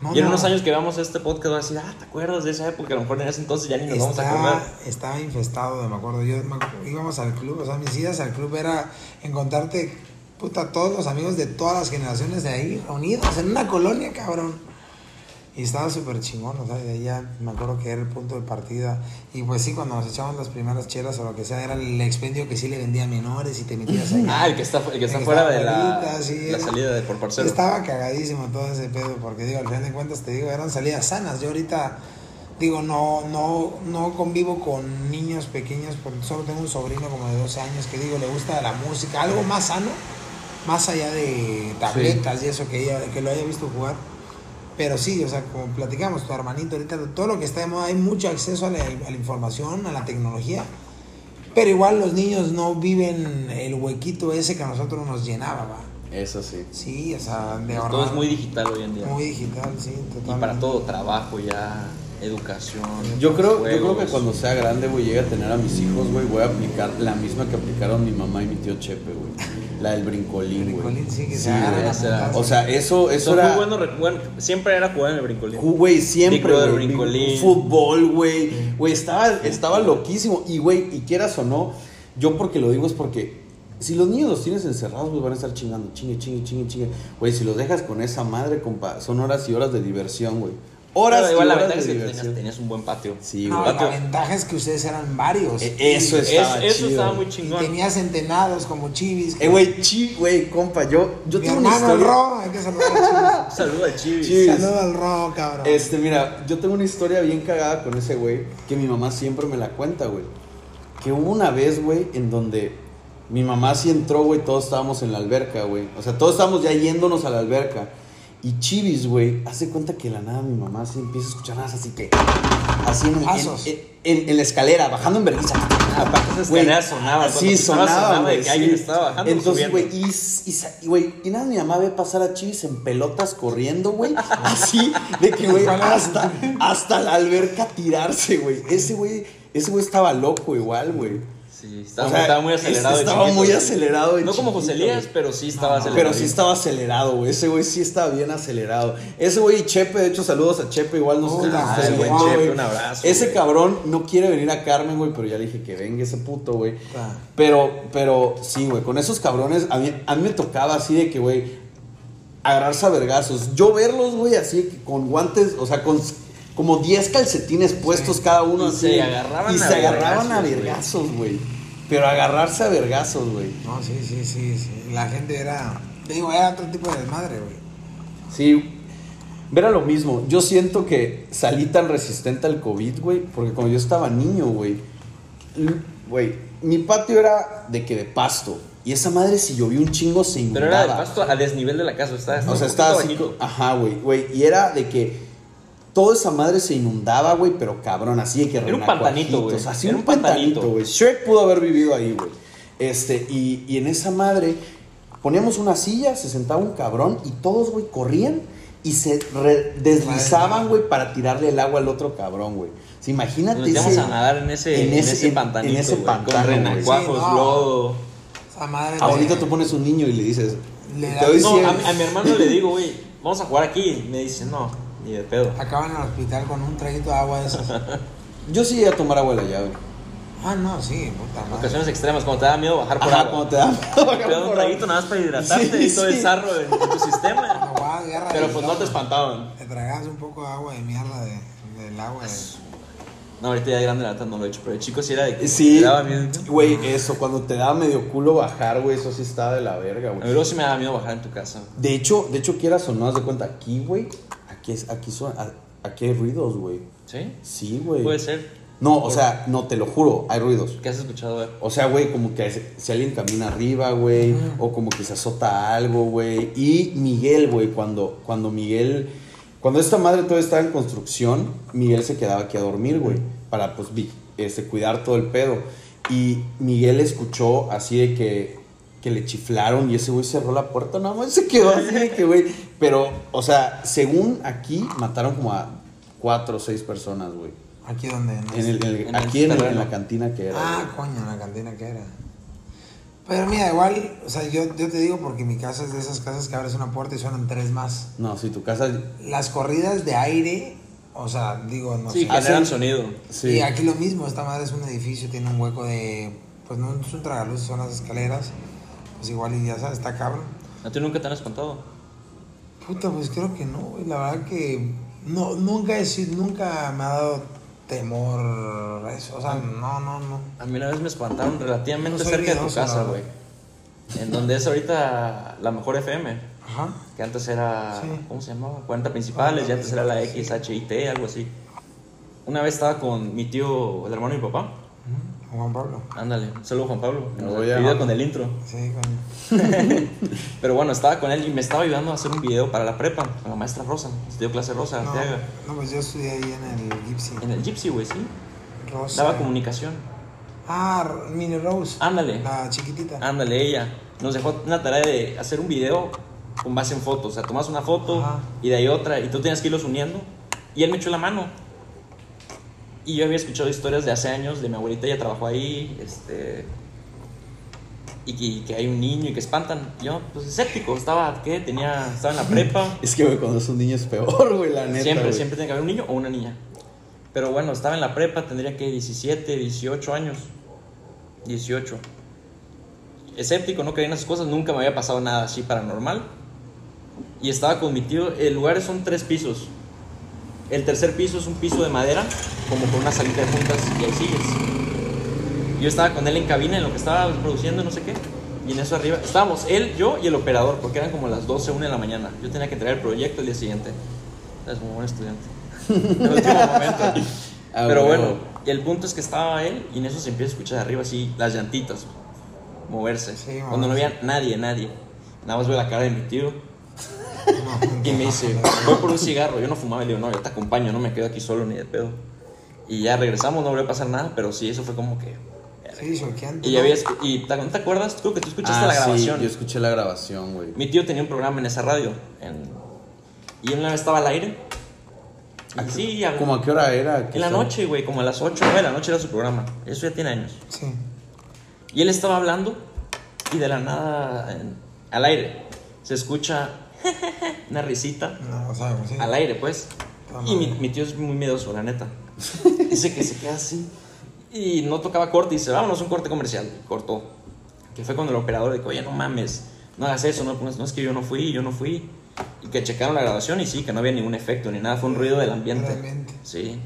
No, y en no. unos años que veamos este podcast, va a decir, ah, ¿te acuerdas de esa época? A lo mejor en ese entonces ya ni nos vamos a Estaba, acordar. estaba infestado, de, me acuerdo. Yo me acu- íbamos al club, o sea, mis idas al club era encontrarte, puta, todos los amigos de todas las generaciones de ahí reunidos en una colonia, cabrón. Y estaba súper chingón, o sea, de ahí ya me acuerdo que era el punto de partida. Y pues sí, cuando nos echábamos las primeras chelas o lo que sea, era el expendio que sí le vendía a menores y te metías ahí. (laughs) Ah, el que está, el que está El que fuera estaba de la, ahorita, sí, la es- este, salida de por parcero. Estaba cagadísimo todo ese pedo, porque digo, al final de cuentas te digo, eran salidas sanas. Yo ahorita digo, no, no, no convivo con niños pequeños, porque solo tengo un sobrino como de 12 años que digo, le gusta la música, algo más sano, más allá de tabletas y eso que ella, que lo haya visto jugar. Pero sí, o sea, como platicamos, tu hermanito ahorita, todo lo que está de moda, hay mucho acceso a la, a la información, a la tecnología. Pero igual los niños no viven el huequito ese que a nosotros nos llenaba, ¿va? Eso sí. Sí, o sea, Todo de Pues ahorrar. es muy digital hoy en día. Muy digital, sí, y totalmente. para todo trabajo ya. educación. Yo creo, yo creo que juegos. cuando sea grande, güey, llegue a tener a mis hijos, güey, voy a aplicar la misma que aplicaron mi mamá y mi tío Chepe, güey. La del brincolín, güey. Brincolín, sí, que Sí, se agarra güey, la o sea, putazo. O sea, eso, eso Son muy era... buenos recu- bueno, siempre era jugar en el brincolín. Ju- Güey, Big siempre, Brother güey. Brincolín. Mm. Fútbol, güey. Güey, estaba, estaba loquísimo. Y, güey, y quieras o no, yo porque lo digo es porque si los niños los tienes encerrados, güey, van a estar chingando, chingue, chingue, chingue, chingue. Güey, si los dejas con esa madre, compa, son horas y horas de diversión, güey. Horas Pero y igual la horas ventaja es de que tenías, diversión. tenías un buen patio. Sí, no, güey. la ventaja es que ustedes eran varios. E- Eso Y- es- Es- Estaba eso chido. estaba muy Y chingón. tenías entenados como chivis. Eh, güey, chi, güey, compa, yo, yo Mi tengo una hermano historia. Ro, hay que saludar al Un saludo a (laughs) Chivis. Sí. Chivis. Saluda al Ro, cabrón. Este, mira, yo tengo una historia bien cagada con ese güey que mi mamá siempre me la cuenta, güey. Que hubo una vez, güey, en donde mi mamá sí entró, güey, todos estábamos en la alberca, güey. O sea, todos estábamos ya yéndonos a la alberca. Y Chivis, güey, hace cuenta que de la nada mi mamá sí empieza a escuchar nada, más así que. Así en, en- Pasos. en- en- en la escalera, bajando en vergüenza. Aparte esa escalera sonaba, cuando Sí, pisabas sonaba, sonaba de güey, que alguien sí. estaba bajando o Entonces, subiendo. güey, y, s- y, sa- y, güey, y nada, mi mamá ve pasar a Chivis en pelotas corriendo, güey. Así, de que, güey, hasta, hasta la alberca tirarse, güey. Ese güey, ese güey estaba loco igual, güey. Sí, estaba, O sea, estaba muy acelerado. de estaba muy chiquito. acelerado de No como José chiquito, Elías, güey. pero sí estaba acelerado. Pero sí estaba acelerado, güey. Ese güey sí estaba bien acelerado. Ese güey y Chepe, de hecho, saludos a Chepe, igual no sé si Hola, ustedes el lo buen han- Chepe, güey. un abrazo, Ese güey. cabrón no quiere venir a Carmen, güey, pero ya le dije que venga ese puto, güey. Ah. Pero, pero sí, güey, con esos cabrones, a mí, a mí me tocaba así de que, güey, agarrarse a vergazos. Yo verlos, güey, así que con guantes, o sea, con como 10 calcetines puestos cada uno Y así. se güey. agarraban Y a se agarraban vergazos, a güey. vergazos, güey. Pero agarrarse a vergazos, güey. No, sí, sí, sí, sí. La gente era. Te digo, era otro tipo de desmadre, güey. Sí. Era lo mismo. Yo siento que salí tan resistente al COVID, güey, porque cuando yo estaba niño, güey, l- güey, mi patio era de que de pasto. Y esa madre, si llovía un chingo, se Pero inundaba. era de pasto a desnivel de la casa. Estaba, O sea, un estaba así. poquito bajito. co- Ajá, güey, güey. Y era de que toda esa madre se inundaba, güey, pero cabrón, así de que Era un renacuajitos, pantanito, güey. Así Era un un pantanito. pantanito, güey. Shrek pudo haber vivido ahí, güey. Este, y, y en esa madre poníamos una silla, se sentaba un cabrón y todos, güey, corrían y se re- deslizaban, güey, para tirarle el agua al otro cabrón, güey. O sea, imagínate Nos íbamos ese- a nadar en ese, en ese pantanito. en ese güey, pantano, Con güey. renacuajos, Sí, no. lodo. Esa madre. Ahorita le- tú pones un niño y le dices... Le te da- doy Sí, No, cien. a, mi- a mi hermano le digo, güey, vamos a jugar aquí. Me dice, no, ni de pedo. Acaban en el hospital con un traguito de agua de esas. Yo sí iba a tomar agua de la llave. Ah, no, sí, puta madre. Ocasiones extremas, cuando te da miedo bajar por Ajá, agua. cuando te dan. (laughs) Te dan un traguito nada más para hidratarte Sí, y todo sí. el sarro en, en tu (laughs) sistema. Agua, guerra Pero de pues no lobo. te espantaban. Te tragas un poco de agua de mierda de, del agua. De... No, ahorita ya de grande la neta no lo he hecho, pero de chico sí era de que Sí. me daba miedo. Güey, eso, cuando te da medio culo bajar, güey, eso sí estaba de la verga, A mí güey. luego sí me daba miedo bajar en tu casa. De hecho, de hecho, quieras o no, haz de cuenta, aquí, güey, aquí, es- aquí, son, a- aquí hay ruidos, güey. ¿Sí? Sí, güey. Puede ser. No, o sea, no, te lo juro, hay ruidos. ¿Qué has escuchado? eh? güey? O sea, güey, como que se- si alguien camina arriba, güey, o como que se azota algo, güey. Y Miguel, güey, cuando, cuando Miguel, cuando esta madre todavía estaba en construcción, Miguel se quedaba aquí a dormir, güey, para pues vi- este, cuidar todo el pedo. Y Miguel escuchó así de que, que le chiflaron y ese güey cerró la puerta, no, güey, se quedó así de que, güey. Pero, o sea, según aquí, mataron como a cuatro o seis personas, güey. Aquí donde. no En el- en el- En el aquí en, el- en terreno. la cantina que era. Ah, güey. coño, la cantina que era. Pero mira, igual, o sea, yo, yo te digo porque mi casa es de esas casas que abres una puerta y suenan tres más. No, si tu casa. Las corridas de aire, o sea, digo, no Sí, sé. hacen- Ah, generan sonido. Sí. Y aquí lo mismo, esta madre es un edificio, tiene un hueco de. Pues no es un tragaluz, son las escaleras. Pues igual, y ya sabes, está cabrón. ¿A ti nunca te han espantado? Puta, pues creo que no, güey. La verdad que. No, nunca he sido- nunca me ha dado temor. Eso, o sea, no, no, no. A mí una vez me espantaron No relativamente soy cerca de tu miedoso, la casa, güey. verdad. En donde es ahorita la mejor FM. Ajá. Que antes era, Sí. Ah, ¿cómo se llamaba? 40 principales, ya antes era la XHIT, algo así. Una vez estaba con mi tío, el hermano de mi papá. Ujú. Juan Pablo. Ándale, un saludo a Juan Pablo, que nos Oye, ayuda Juan. con el intro. Sí, con. Pero bueno, estaba con él y me estaba ayudando a hacer un video para la prepa, con la maestra Rosa. Nos dio clase Rosa, No, Arteaga. no, pues yo estudié ahí en el Gypsy. En el Gypsy, güey, sí. Rose. Daba comunicación. Ah, R- Mini Rose. Ándale. Ah. La chiquitita. Ándale, ella. Nos dejó una tarea de hacer un video con base en fotos. O sea, tomas una foto Ajá. y de ahí otra y tú tienes que irlos uniendo. Y él me echó la mano. Y yo había escuchado historias de hace años de mi abuelita, ella trabajó ahí, este. Y que, y que hay un niño y que espantan. Yo, pues escéptico, estaba, ¿qué? Tenía, estaba en la prepa. Es que, güey, cuando es un niño es peor, güey, la neta. Siempre, güey. siempre tiene que haber un niño o una niña. Pero bueno, estaba en la prepa, tendría que 17, 18 años. 18. Escéptico, no creía en esas cosas, nunca me había pasado nada así paranormal. Y estaba con mi tío, el lugar son tres pisos. El tercer piso es un piso de madera, como con una salita de puntas y ahí sigues. Yo estaba con él en cabina en lo que estaba produciendo, no sé qué. Y en eso arriba estábamos él, yo y el operador, porque eran como las 12, 1 de la mañana. Yo tenía que entregar el proyecto el día siguiente. Es muy buen estudiante. En el último momento. Ah, Pero bueno. bueno, el punto es que estaba él y en eso se empieza a escuchar de arriba así las llantitas moverse. Sí, moverse. cuando no había nadie, nadie. Nada más veo la cara de mi tío (laughs) No, y me dice, voy por un cigarro. Yo no fumaba y le digo, no, yo te acompaño, no me quedo aquí solo ni de pedo. Y ya regresamos, no volvió a pasar nada, pero sí, eso fue como que... Sí, choqueante. Y, ya había, escu- y ¿te, te acuerdas tú que tú escuchaste Ah, la grabación? Sí, yo escuché la grabación, güey. Mi tío tenía un programa en esa radio. en- y una vez estaba al aire. Y sí, habló- ¿Cómo a qué hora era? en la noche, güey, como a las 8 o 9 de la noche era su programa. Eso ya tiene años. Sí. Y él estaba hablando y de la nada, en- al aire, se escucha una risita No, o sea, sí. al aire, pues. Ah, Y mi, madre. mi tío es muy miedoso, la neta. (laughs) Dice que se queda así. Y no tocaba corte y dice, vámonos, un corte comercial. Cortó. Que fue cuando el operador dijo, oye, no mames, no hagas eso, no, pongas- no es que yo no fui, yo no fui. Y que checaron la grabación y sí, que no había ningún efecto ni nada, fue un ruido del ambiente. Realmente. Sí.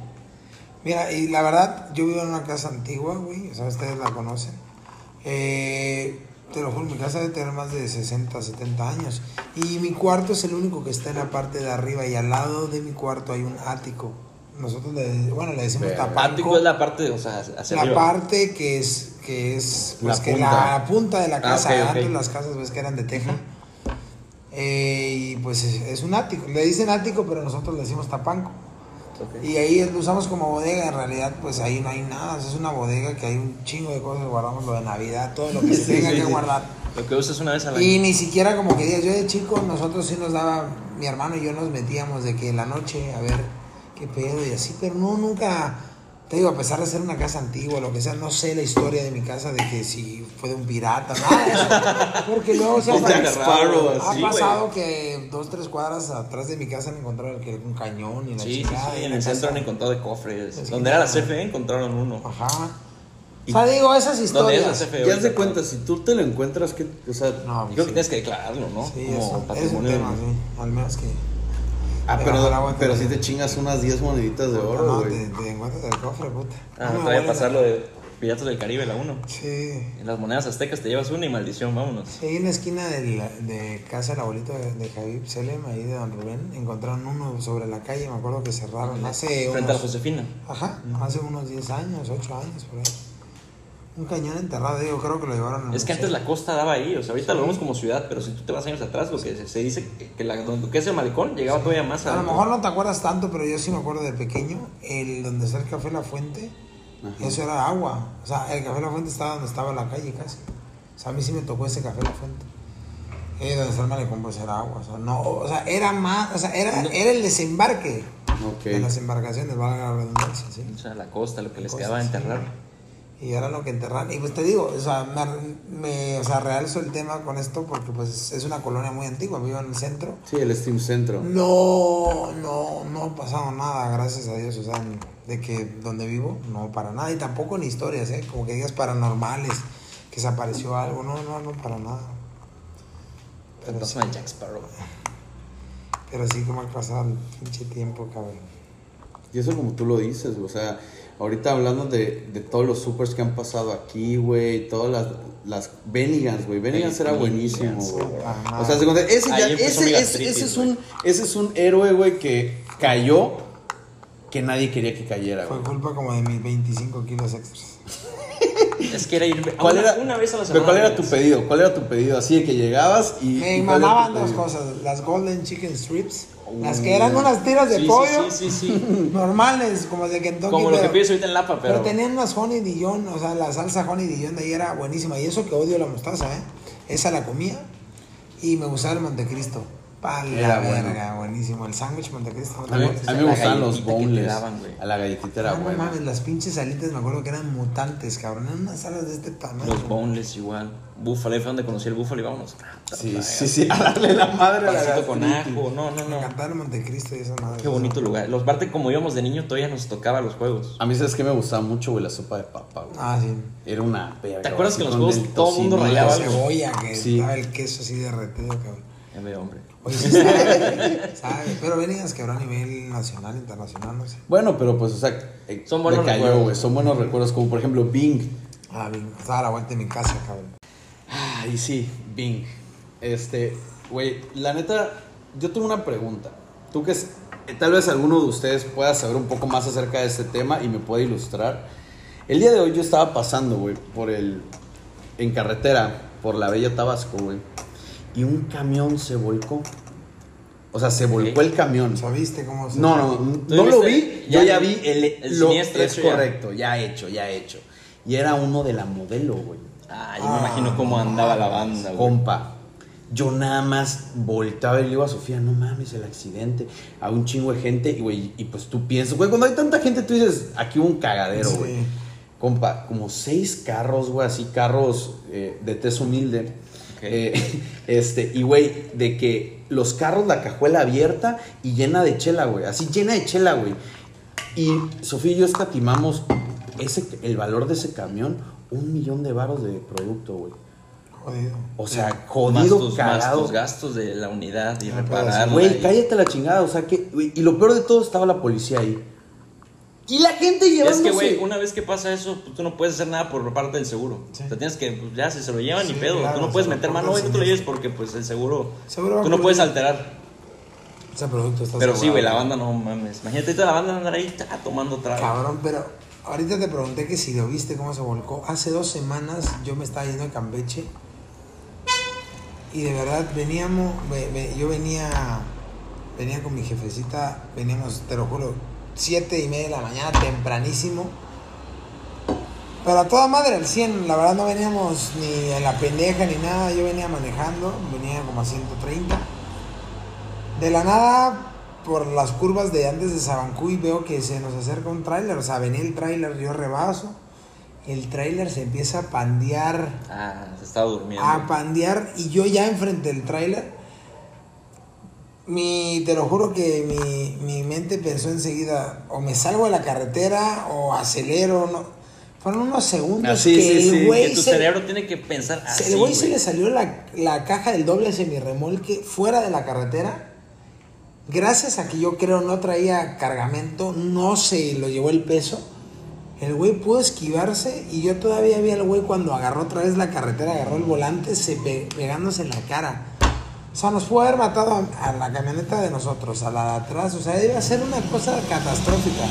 Mira, y la verdad, yo vivo en una casa antigua, güey, o sea, ustedes la conocen. Eh, te lo juro, mi casa debe tener más de 60, 70 años. Y mi cuarto es el único que está en la parte de arriba y al lado de mi cuarto hay un ático. Nosotros le, bueno, le decimos Verga. tapanco. Ático es la parte, o sea, hacia la arriba. parte que es que es pues, La que punta. la punta de la casa ok, ok. antes las casas ves que eran de teja Eh, y pues es, es un ático le dicen ático pero nosotros le decimos tapanco y ahí lo usamos como bodega en realidad pues ahí no hay nada es una bodega que hay un chingo de cosas guardamos lo de navidad todo lo que se tenga que guardar Lo que usas una vez al año. y ni siquiera como que digas, yo de chico, nosotros sí nos daba, mi hermano y yo nos metíamos de que en la noche, a ver qué pedo y así, pero no, nunca, te digo, a pesar de ser una casa antigua, lo que sea, no sé la historia de mi casa de que si fue de un pirata, nada de eso, porque luego se ha, Jack pas- Sparrow, ha así, güey. pasado que dos, tres cuadras atrás de mi casa han encontrado que un cañón y la Sí, sí, chingada, sí, y en la el centro han casa- encontrado de cofres. Sí, Donde era la claro. CFE encontraron uno. Ajá. Y- O sea, digo, esas Donde es la historias. CFE. Ya ahorita, se ¿no? cuenta, si tú te lo encuentras, que, o sea, No, Creo que sí. tienes que declararlo, ¿no? Sí, Como es un- es un patrimonio. tema, sí, al menos que... Ah, Pero ojalá pero, aguante pero la si vida. te chingas unas 10 moneditas de no, oro, te, güey. te encuentras el cofre, puta. Ah, No no me te vaya a huele. pasar lo de Piratas del Caribe, la 1. Sí. En las monedas aztecas te llevas una y maldición, vámonos. Sí, ahí en la esquina de, la- de casa del abuelito de, de Javier Selem, ahí de Don Rubén, encontraron uno sobre la calle, me acuerdo que cerraron hace Frente a la unos... Josefina. Ajá, hace unos 10 años, 8 años, por ahí. Un cañón enterrado, digo, creo que lo llevaron al Es que museo. antes la costa daba ahí, o sea, ahorita lo vemos como ciudad, pero si tú te vas años atrás, lo que se, se dice que- que la, donde- que es el malecón llegaba todavía más A lo adentro. mejor no te acuerdas tanto, pero yo sí me acuerdo de pequeño, el donde está el café La Fuente, eso era agua. O sea, el café La Fuente estaba donde estaba la calle casi. O sea, a mí sí me tocó ese café La Fuente. Eh, donde está el malecón pues era agua. O sea, no, o sea, era más, o sea, era, era el desembarque de Ok. las embarcaciones, valga la redundancia, ¿sí? O sea, la costa, lo que les Cosas quedaba de así. enterrar. Y era lo que enterraron. Y pues te digo, o sea, me, me- o sea, realzo el tema con esto porque pues es una colonia muy antigua, vivo en el centro. Sí, el Steam Centro. No, no, no ha pasado nada, gracias a Dios, o sea, de que donde vivo, no, para nada, y tampoco ni historias, ¿eh? Como que digas paranormales, que se apareció algo, no, no, no, para nada. Pero sí, Fantasma de Jack Sparrow. pero sí como ha pasado el pinche tiempo, cabrón. Y eso como tú lo dices, güey, o sea, ahorita hablando de, de todos los supers que han pasado aquí, güey, todas las, las Bennigan's, güey, Bennigan's era buenísimo, güey. Ajá. O sea, se cuenta- ese, ya- Ahí empezó mi ese, ese, gastritis, ese es güey. un, ese es un héroe, güey, que cayó que nadie quería que cayera, güey. Fue culpa como de mis 25 kilos extras. Es que era (laughs) ir ¿Cuál una, era, una vez a la pero semana. ¿Cuál era tu güey. pedido? ¿Cuál era tu pedido? Así de que llegabas y... Me y cuál era mamaban tu dos pedido. cosas, las Golden Chicken Strips, las Uy. que eran unas tiras de Uh. Sí, sí, pollo, sí, sí, sí. (laughs) normales, como de Kentucky. Como lo que pero- pides ahorita en Lapa, Pero, pero. tenían unas honey Dijon, o sea, la salsa honey Dijon de ahí era buenísima. Y eso que odio la mostaza, ¿eh? Esa la comía y me gustaba el Montecristo. Pa' la Era bueno. verga, buenísimo. El sándwich Montecristo. ¿no te A mí, acuerdas? a mí La me gustaban los galletita que te boneless. daban, güey. a la galletita era Ah, no buena. mames, las pinches alitas me acuerdo que eran mutantes, cabrón. Eran unas alas de este tamaño. Los boneless igual. Búfalo, ahí fue donde conocí el búfalo y vámonos. Sí, sí, sí. (laughs) A darle la madre a la Pancito con gastritis. ajo. No, no, Me no. encantaron Montecristo y esas madres. Qué bonito lugar. Los parte como íbamos de niño, todavía nos tocaba los juegos. A mí, ¿sabes qué me gustaba mucho, güey? La sopa de papa, güey. Ah, sí. Era una verga. ¿Te acuerdas así que en los con juegos el todo el mundo tocinito, rayaba así, Estaba La algo? cebolla, que Sí. estaba el queso así derretido, cabrón. En vez de hombre. Oye, sí sabe, (laughs) sabe. Pero venías quebró a nivel nacional, internacional, no sé. Bueno, pero pues, o sea, eh, Son buenos le cayó, recuerdos. güey. Son buenos recuerdos, como por ejemplo Bing. Ah, bien, estaba a la vuelta de mi casa, cabrón. Ay, sí, Bing. Este, güey, la neta, yo tengo una pregunta. Tú que es- eh, tal vez alguno de ustedes pueda saber un poco más acerca de este tema y me pueda ilustrar. El día de hoy yo estaba pasando, güey, por el. en carretera, por la Bella Tabasco, güey. Y un camión se volcó. O sea, se volcó el camión. ¿Sabiste cómo se.? No, no, ¿Tú no lo viste? vi. Ya yo ya vi vi el, el lo- siniestro Es hecho ya. correcto, ya hecho, ya hecho. Y era uno de la modelo, güey. Ah, yo me imagino cómo andaba la banda, güey. Compa, yo nada más voltaba y le digo a Sofía, no mames, el accidente. A un chingo de gente, y güey, y pues tú piensas, güey, cuando hay tanta gente, tú dices, aquí hubo un cagadero, Sí. güey. Compa, como seis carros, güey, así carros eh, de tez humilde. Ok. Eh, (laughs) este, y güey, de que los carros, la cajuela abierta y llena de chela, güey. Así llena de chela, güey. Y Sofía y yo escatimamos ese, el valor de ese camión, un millón de varos de producto, güey. Jodido. O sea, Más jodido, tus, más cagado. tus gastos de la unidad y Ah, pero, repararla. Güey, y- cállate la chingada. O sea, que. güey, y lo peor de todo estaba la policía ahí. Y la gente Es llevándose. que, güey, una vez que pasa eso, pues, tú no puedes hacer nada por parte del seguro. Sí. O sea, tienes que, pues, ya, si se lo llevan, ni Sí, pedo. claro, tú no puedes se lo meter mano, cortan güey, no te lo sin- lleves porque, pues, el seguro. Seguro va Pues, tú no por- puedes alterar. Ese producto está Pero sí, güey, la asegurado. banda no mames. Imagínate toda la banda andar ahí ta, tomando trago. Cabrón, pero ahorita te pregunté que si lo viste cómo se volcó. Hace dos semanas yo me estaba yendo a Campeche y de verdad veníamos, ve- ve- yo venía, venía con mi jefecita, veníamos, te lo juro, siete y media de la mañana, tempranísimo. Pero a toda madre, al 100, la verdad no veníamos ni a la pendeja ni nada, yo venía manejando, venía como a 130. De la nada, por las curvas de antes de Sabancuy, veo que se nos acerca un tráiler. O sea, venía el tráiler, yo rebaso. El tráiler se empieza a pandear, Ah, se estaba durmiendo. a pandear, y yo ya enfrente del tráiler. Mi, te lo juro que mi, mi mente pensó enseguida, o me salgo a la carretera, o acelero, no. Fueron unos segundos Ah, sí, que sí, sí, el que que güey tu se- cerebro tiene que pensar se- así, el güey güey. se le salió la, la caja del doble semirremolque fuera de la carretera. Gracias a que yo creo no traía cargamento, no se lo llevó el peso. El güey pudo esquivarse y yo todavía vi al güey cuando agarró otra vez la carretera, agarró el volante, se pe- pegándose en la cara. O sea, nos pudo haber matado a, a la camioneta de nosotros, a la de atrás. O sea, iba a ser una cosa catastrófica.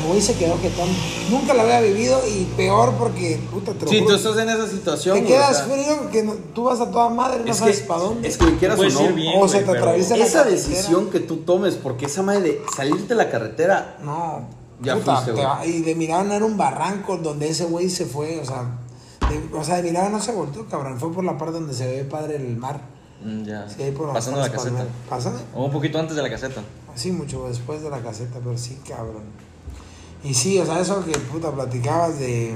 El güey se quedó jetón. Nunca la había vivido y peor porque, puta, te lo Sí, tú juro estás en esa situación. te güey, o quedas sea, frío que no- tú vas a toda madre, no Es sabes que, para dónde. es que quieras o Puedes ir no. bien, o güey, se te pero- atraviesa la Esa carretera. decisión que tú tomes, porque esa madre de salirte de la carretera. No, Ya puta, fuiste, te güey. va- y de Milagro no era un barranco donde ese güey se fue, o sea, de, o sea, de Milagro no se volteó, cabrón, fue por la parte donde se ve padre el mar. Mm, ya. Sí, ahí por donde Pasando la están las caseta. palmeras. Pásame. O un poquito antes de la caseta. Sí, mucho después de la caseta, pero sí, cabrón. Y sí, o sea, eso que puta platicabas de,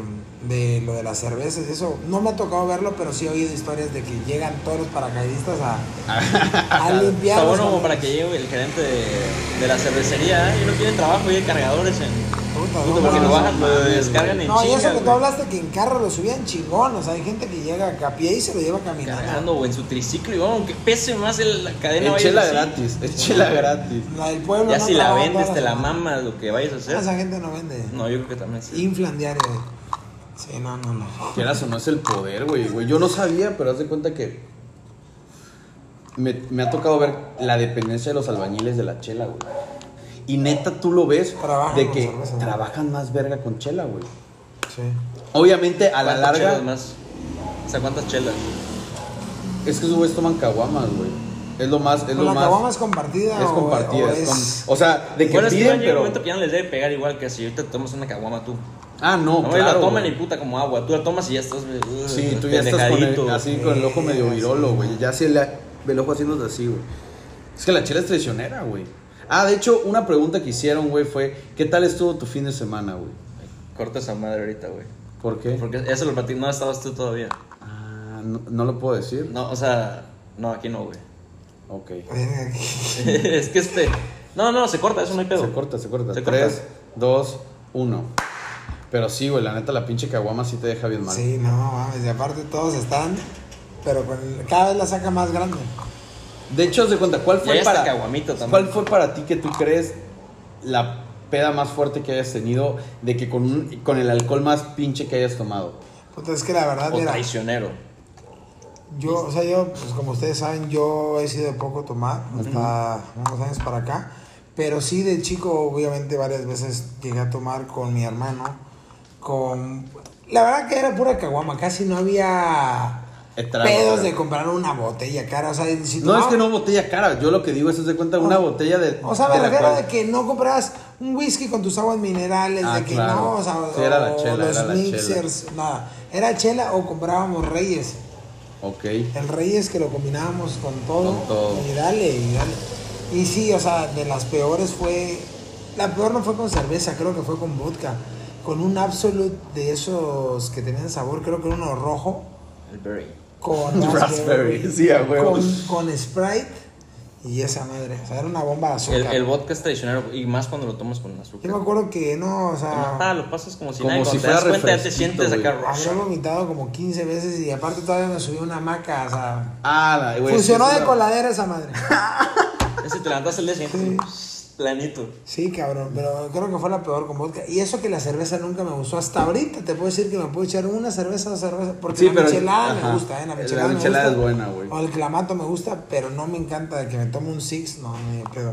de lo de las cervezas, eso no me ha tocado verlo, pero sí he oído historias de que llegan todos los paracaidistas (laughs) a, a limpiar. Está los bueno como camiones. para que llegue el gerente de, de la cervecería. ¿eh? Y no tienen trabajo y hay cargadores en. Puta, Puta, no, porque no, lo no, bajan, lo mames, descargan en No, y chinga, eso que tú güey. hablaste que en carro lo subían chingón, o sea, hay gente que llega a pie y se lo lleva caminando. Cargando, o en su triciclo. Y vamos, que pese más el- la cadena. Es vaya chela así. gratis, es chela gratis. La del pueblo. Ya no si la trabaja toda vendes, te la semana. mamas lo que vayas a Ah, hacer. Esa gente no vende. No, yo creo que también sí. Inflan diario. güey. Sí, no, no, no. Quieras o no es el poder, güey, güey. Yo no sabía, pero haz de cuenta que me, me ha tocado ver la dependencia de los albañiles de la chela, güey. Y neta, tú lo ves Trabajan de con que cerveza, ¿no? trabajan más verga con chela, güey. Sí. Obviamente, a la ¿Cuántas chelas larga, más? O sea, ¿cuántas chelas? es que esos güeyes toman caguamas, güey. Es lo más, es Pero lo la caguama más. es compartida. Es o- compartida. o es es- com- o sea, de que Bueno, es que va a piden, llegar un pero. momento que ya no les debe pegar igual que si ahorita te tomas una caguama tú. Ah, no, No, güey, claro. la toman güey. y puta como agua. Tú la tomas y ya estás. uh, Sí, tú ya estás con el- pendejadito. así con el ojo medio Sí, virolo, güey. Ya si el, el ojo haciéndote así, güey. Es que la chela es traicionera, güey. Ah, de hecho, una pregunta que hicieron, güey, fue: ¿Qué tal estuvo tu fin de semana, güey? Corta esa madre ahorita, güey. ¿Por qué? Porque eso lo platicé, no estabas tú todavía. Ah, no, no lo puedo decir. No, o sea, no, aquí no, güey. (laughs) Ok. es que este. No, no, se corta, eso no hay pedo. Se corta, se corta. Se corta. 3, 2, 1. Pero sí, güey, la neta, la pinche caguama sí te deja bien mal. Sí, no, mames. Y aparte todos están, pero con el- cada vez la saca más grande. De hecho, haz de cuenta, ¿cuál Y fue ahí está para Caguamito también. ¿Cuál fue para ti que tú crees la peda más fuerte que hayas tenido de que con un- con el alcohol más pinche que hayas tomado? Puta, es que la verdad, O mira, traicionero. yo, o sea, yo, pues como ustedes saben, yo he sido de poco tomar hasta unos años para acá. Pero sí, de chico, obviamente, varias veces llegué a tomar con mi hermano. Con. La verdad que era pura caguama, casi no había. Eh, trago, pedos trago. de comprar una botella cara, o sea, si No es tomaba- que no botella cara, yo lo que digo es haz de cuenta una botella de O sea, me la refiero cual- de que no comprabas un whisky con tus aguas minerales, Ah, de que claro. no, o sea, Sí, era la o chela, los era la mixers, nada. Era chela o comprábamos reyes. Ok. El reyes que lo combinábamos con todo. Con todo. Y dale, y dale. Y sí, o sea, de las peores fue. La peor no fue con cerveza, creo que fue con vodka. Con un absolute de esos que tenían sabor, creo que era uno rojo. El Berry. Con (laughs) Raspberry, sí, a huevo. Con, con Sprite y esa madre. O sea, era una bomba de azúcar. El, el vodka es traicionero y más cuando lo tomas con azúcar. Yo me acuerdo que no, o Te sea, mata, lo pasas como si Ah. Como nada. si cuando fuera te das cuenta, ya te refresquito, sientes acá. güey. había rush. vomitado como 15 veces y aparte todavía me subí a una hamaca, o sea, Ah, la- güey, funcionó sí, de sí, coladera esa madre. Ese te levantas el día siguiente. así, Planito. Sí, cabrón, pero creo que fue la peor con vodka. Y eso que la cerveza nunca me gustó. Hasta ahorita te puedo decir que me puedo echar una cerveza o cerveza. Porque Sí, la pero- michelada ajá. me gusta, ¿eh? La La michelada, me michelada gusta. es buena, güey. O el clamato me gusta, pero no me encanta de que me tome un six. No, ni de pedo.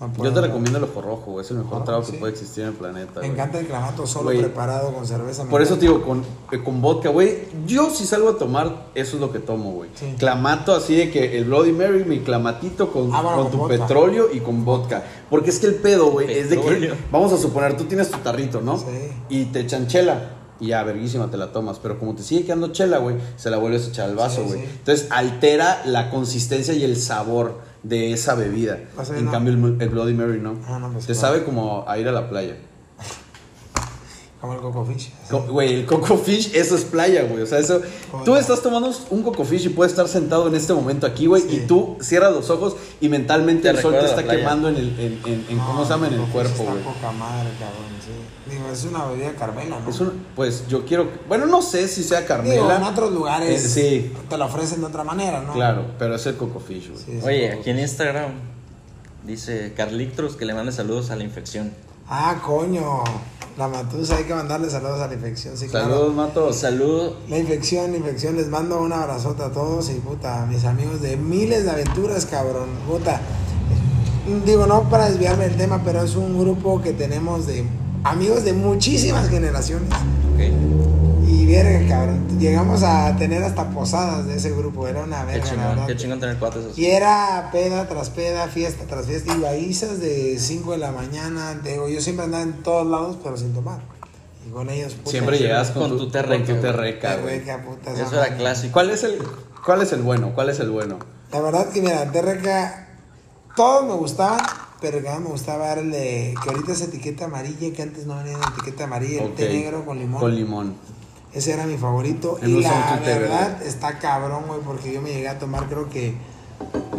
No Yo puedo, te no. recomiendo el ojo rojo, güey, es el mejor Ah, trago que sí. puede existir en el planeta. Me güey. encanta el clamato solo Güey. preparado con cerveza. me Por eso encanta. te digo, con, eh, con vodka, güey. Yo si salgo a tomar, eso es lo que tomo, güey. Sí. Clamato así de que el Bloody Mary, mi clamatito con, Ah, bueno, con con tu vodka. petróleo y con vodka. Porque es que el pedo, güey, es de que, Petróleo. vamos a suponer, tú tienes tu tarrito, ¿no? Sí. Y te echan chela. Y ya, verguísima, te la tomas. Pero como te sigue quedando chela, güey, se la vuelves a echar al vaso, Sí, güey. sí. Entonces altera la consistencia y el sabor de esa bebida. O sea, en no. cambio, el, el Bloody Mary no. Ah, no, pues, te claro. sabe como a ir a la playa. Como el coco fish. Co- Güey, el coco fish, eso es playa, güey. O sea, eso. Tú Hola. estás tomando un coco fish y puedes estar sentado en este momento aquí, güey. Sí. Y tú cierras los ojos y mentalmente Te el sol te recuerda está la playa. quemando en el. En, en- en- ¿Cómo No, se llama? En el coco cuerpo, fish güey. Está poca madre, cabrón, sí. Digo, es una bebida carmela, ¿no? Es un- pues yo quiero. Bueno, no sé si sea Digo, Carmela. en otros lugares Eh, sí. te la ofrecen de otra manera, ¿no? Claro, pero es el coco fish, güey. Sí, sí. Oye, aquí en Instagram dice Carlictros que le mande saludos a la infección. Ah, coño. La matusa, hay que mandarle saludos a la infección, sí, Saludos, Mato. Saludos. claro. La infección, la infección, les mando un abrazote a todos y puta, a mis amigos de miles de aventuras, cabrón. Puta. Digo, no para desviarme del tema, pero es un grupo que tenemos de amigos de muchísimas generaciones. Ok. Y verga, cabrón. Llegamos a tener hasta posadas de ese grupo. Era una Qué verga, la chingón, verdad. qué chingón tener cuates Y así. era peda tras peda, fiesta tras fiesta, y baizas de 5 de la mañana. Te digo, yo siempre andaba en todos lados, pero sin tomar. Y con ellos, puta, Siempre yo- llegas con, Con tu, tu terreca. Con tu terreca, güey. terreca, güey. Terreca, puta. esa Eso era madre. clásico. ¿Cuál es el. ¿Cuál es el bueno? ¿Cuál es el bueno? La verdad que, mira, Terreca, todos me gustaban, pero el que más me gustaba era el de que ahorita es etiqueta amarilla, que antes no venía en etiqueta amarilla, el té Ok. negro con limón. Con limón. Ese era mi favorito. Me y gusta la mucho el té verde. verdad está cabrón, güey, porque yo me llegué a tomar, creo que.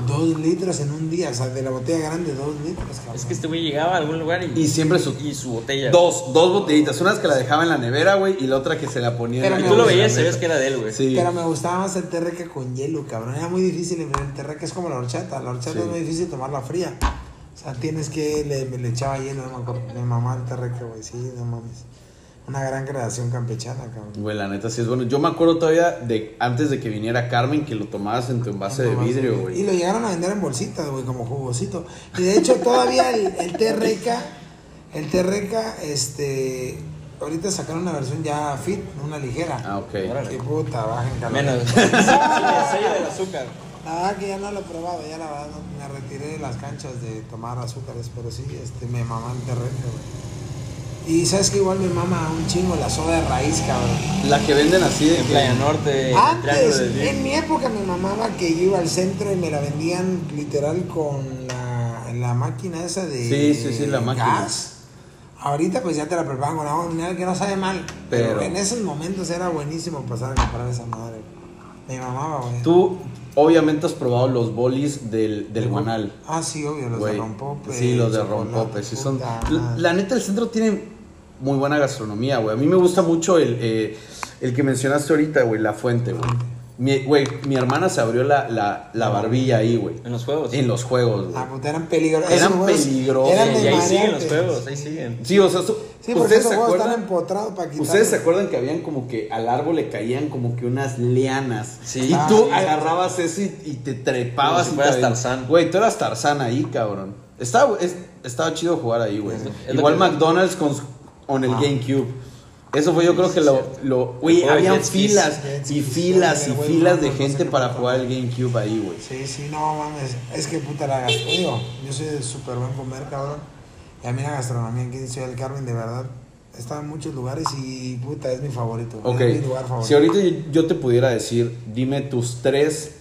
Dos litros en un día, o sea, de la botella grande, dos litros, cabrón. Es que este güey llegaba a algún lugar y, Y siempre su y su botella. Dos, dos botellitas. Una es que la dejaba en la nevera, güey, y la otra que se la ponía Pero en Y la tú lo en la veías, sabías mesa. que era de él, güey. Sí. Pero me gustaba más el terreca con hielo, cabrón. Era muy difícil el terreca, es como la horchata. La horchata Sí. es muy difícil tomarla fría. O sea, tienes que. Le, le echaba hielo, no me acuerdo. Mi mamá el terreca, güey. Sí, no mames. Una gran creación campechana, cabrón. Güey, la neta sí es bueno. Yo me acuerdo todavía de antes de que viniera Carmen que lo tomabas en tu envase de No mames, vidrio, Y güey. lo llegaron a vender en bolsitas, güey, como jugosito. Y de hecho, todavía el, el terreca. El terreca, este. Ahorita sacaron una versión ya fit, una ligera. Ah, ok. Qué puta, bajen calor. Menos. Sin el sello del azúcar. La verdad que ya no lo he probado, ya la verdad no- me retiré de las canchas de tomar azúcares, pero sí, este, me mamá el terreno, güey. Y sabes que igual me mama un chingo la soda de raíz, cabrón. La que venden así de En Playa Eh, Norte, en el Triángulo Antes, del Bien. en mi época me mamaba que yo iba al centro y me la vendían literal con la, la máquina esa de Sí, sí, sí, la máquina. gas. Ahorita pues ya te la preparan con agua mineral que no sabe mal. Pero, Pero- en esos momentos era buenísimo pasar a comprar esa madre. Me mamaba, güey. Tú obviamente has probado los bolis del, del guanal. Ah, sí, obvio, los pues, güey. de rompope. Sí, los de chocolate, rompope. Sí son... puta la, madre. la neta, el centro tiene muy buena gastronomía, güey. A mí me gusta mucho el, eh, el que mencionaste ahorita, güey, la fuente, güey. Mi, güey, mi hermana se abrió la, la, la barbilla ahí, güey. En los juegos. En los juegos, güey. Ah, puta, eran peligrosos. Eran Esos juegos peligrosos. Eran Sí, de y ahí siguen los mareantes. juegos, ahí siguen. Sí, o sea, su- Sí, porque ¿ustedes esos se juegos acuerdan? están empotrados para quitar. ¿Ustedes se acuerdan que habían como que al árbol le caían como que unas lianas? Sí. Y Ah, tú sí. agarrabas eso y, y te trepabas. Como si y fueras te- Tarzán. Güey, tú eras Tarzán ahí, cabrón. Estaba, es- estaba chido jugar ahí, güey. Es lo- es lo Igual que- Ah. McDonald's con, su- con el GameCube. Eso fue yo creo que lo... lo- güey, Juego de habían jet skis. filas Jet y skis, filas y güey, güey, filas no, de no sé gente qué para pasó. jugar el GameCube ahí, güey. Sí, sí, no mames. Es que puta la gastronomía. Digo, yo soy de súper buen comer, cabrón. Y a mí la gastronomía aquí en Ciudad del Carmen, de verdad, estaba en muchos lugares y puta, es mi favorito. güey, Ok, Es mi lugar favorito. si ahorita yo te pudiera decir, dime tus tres,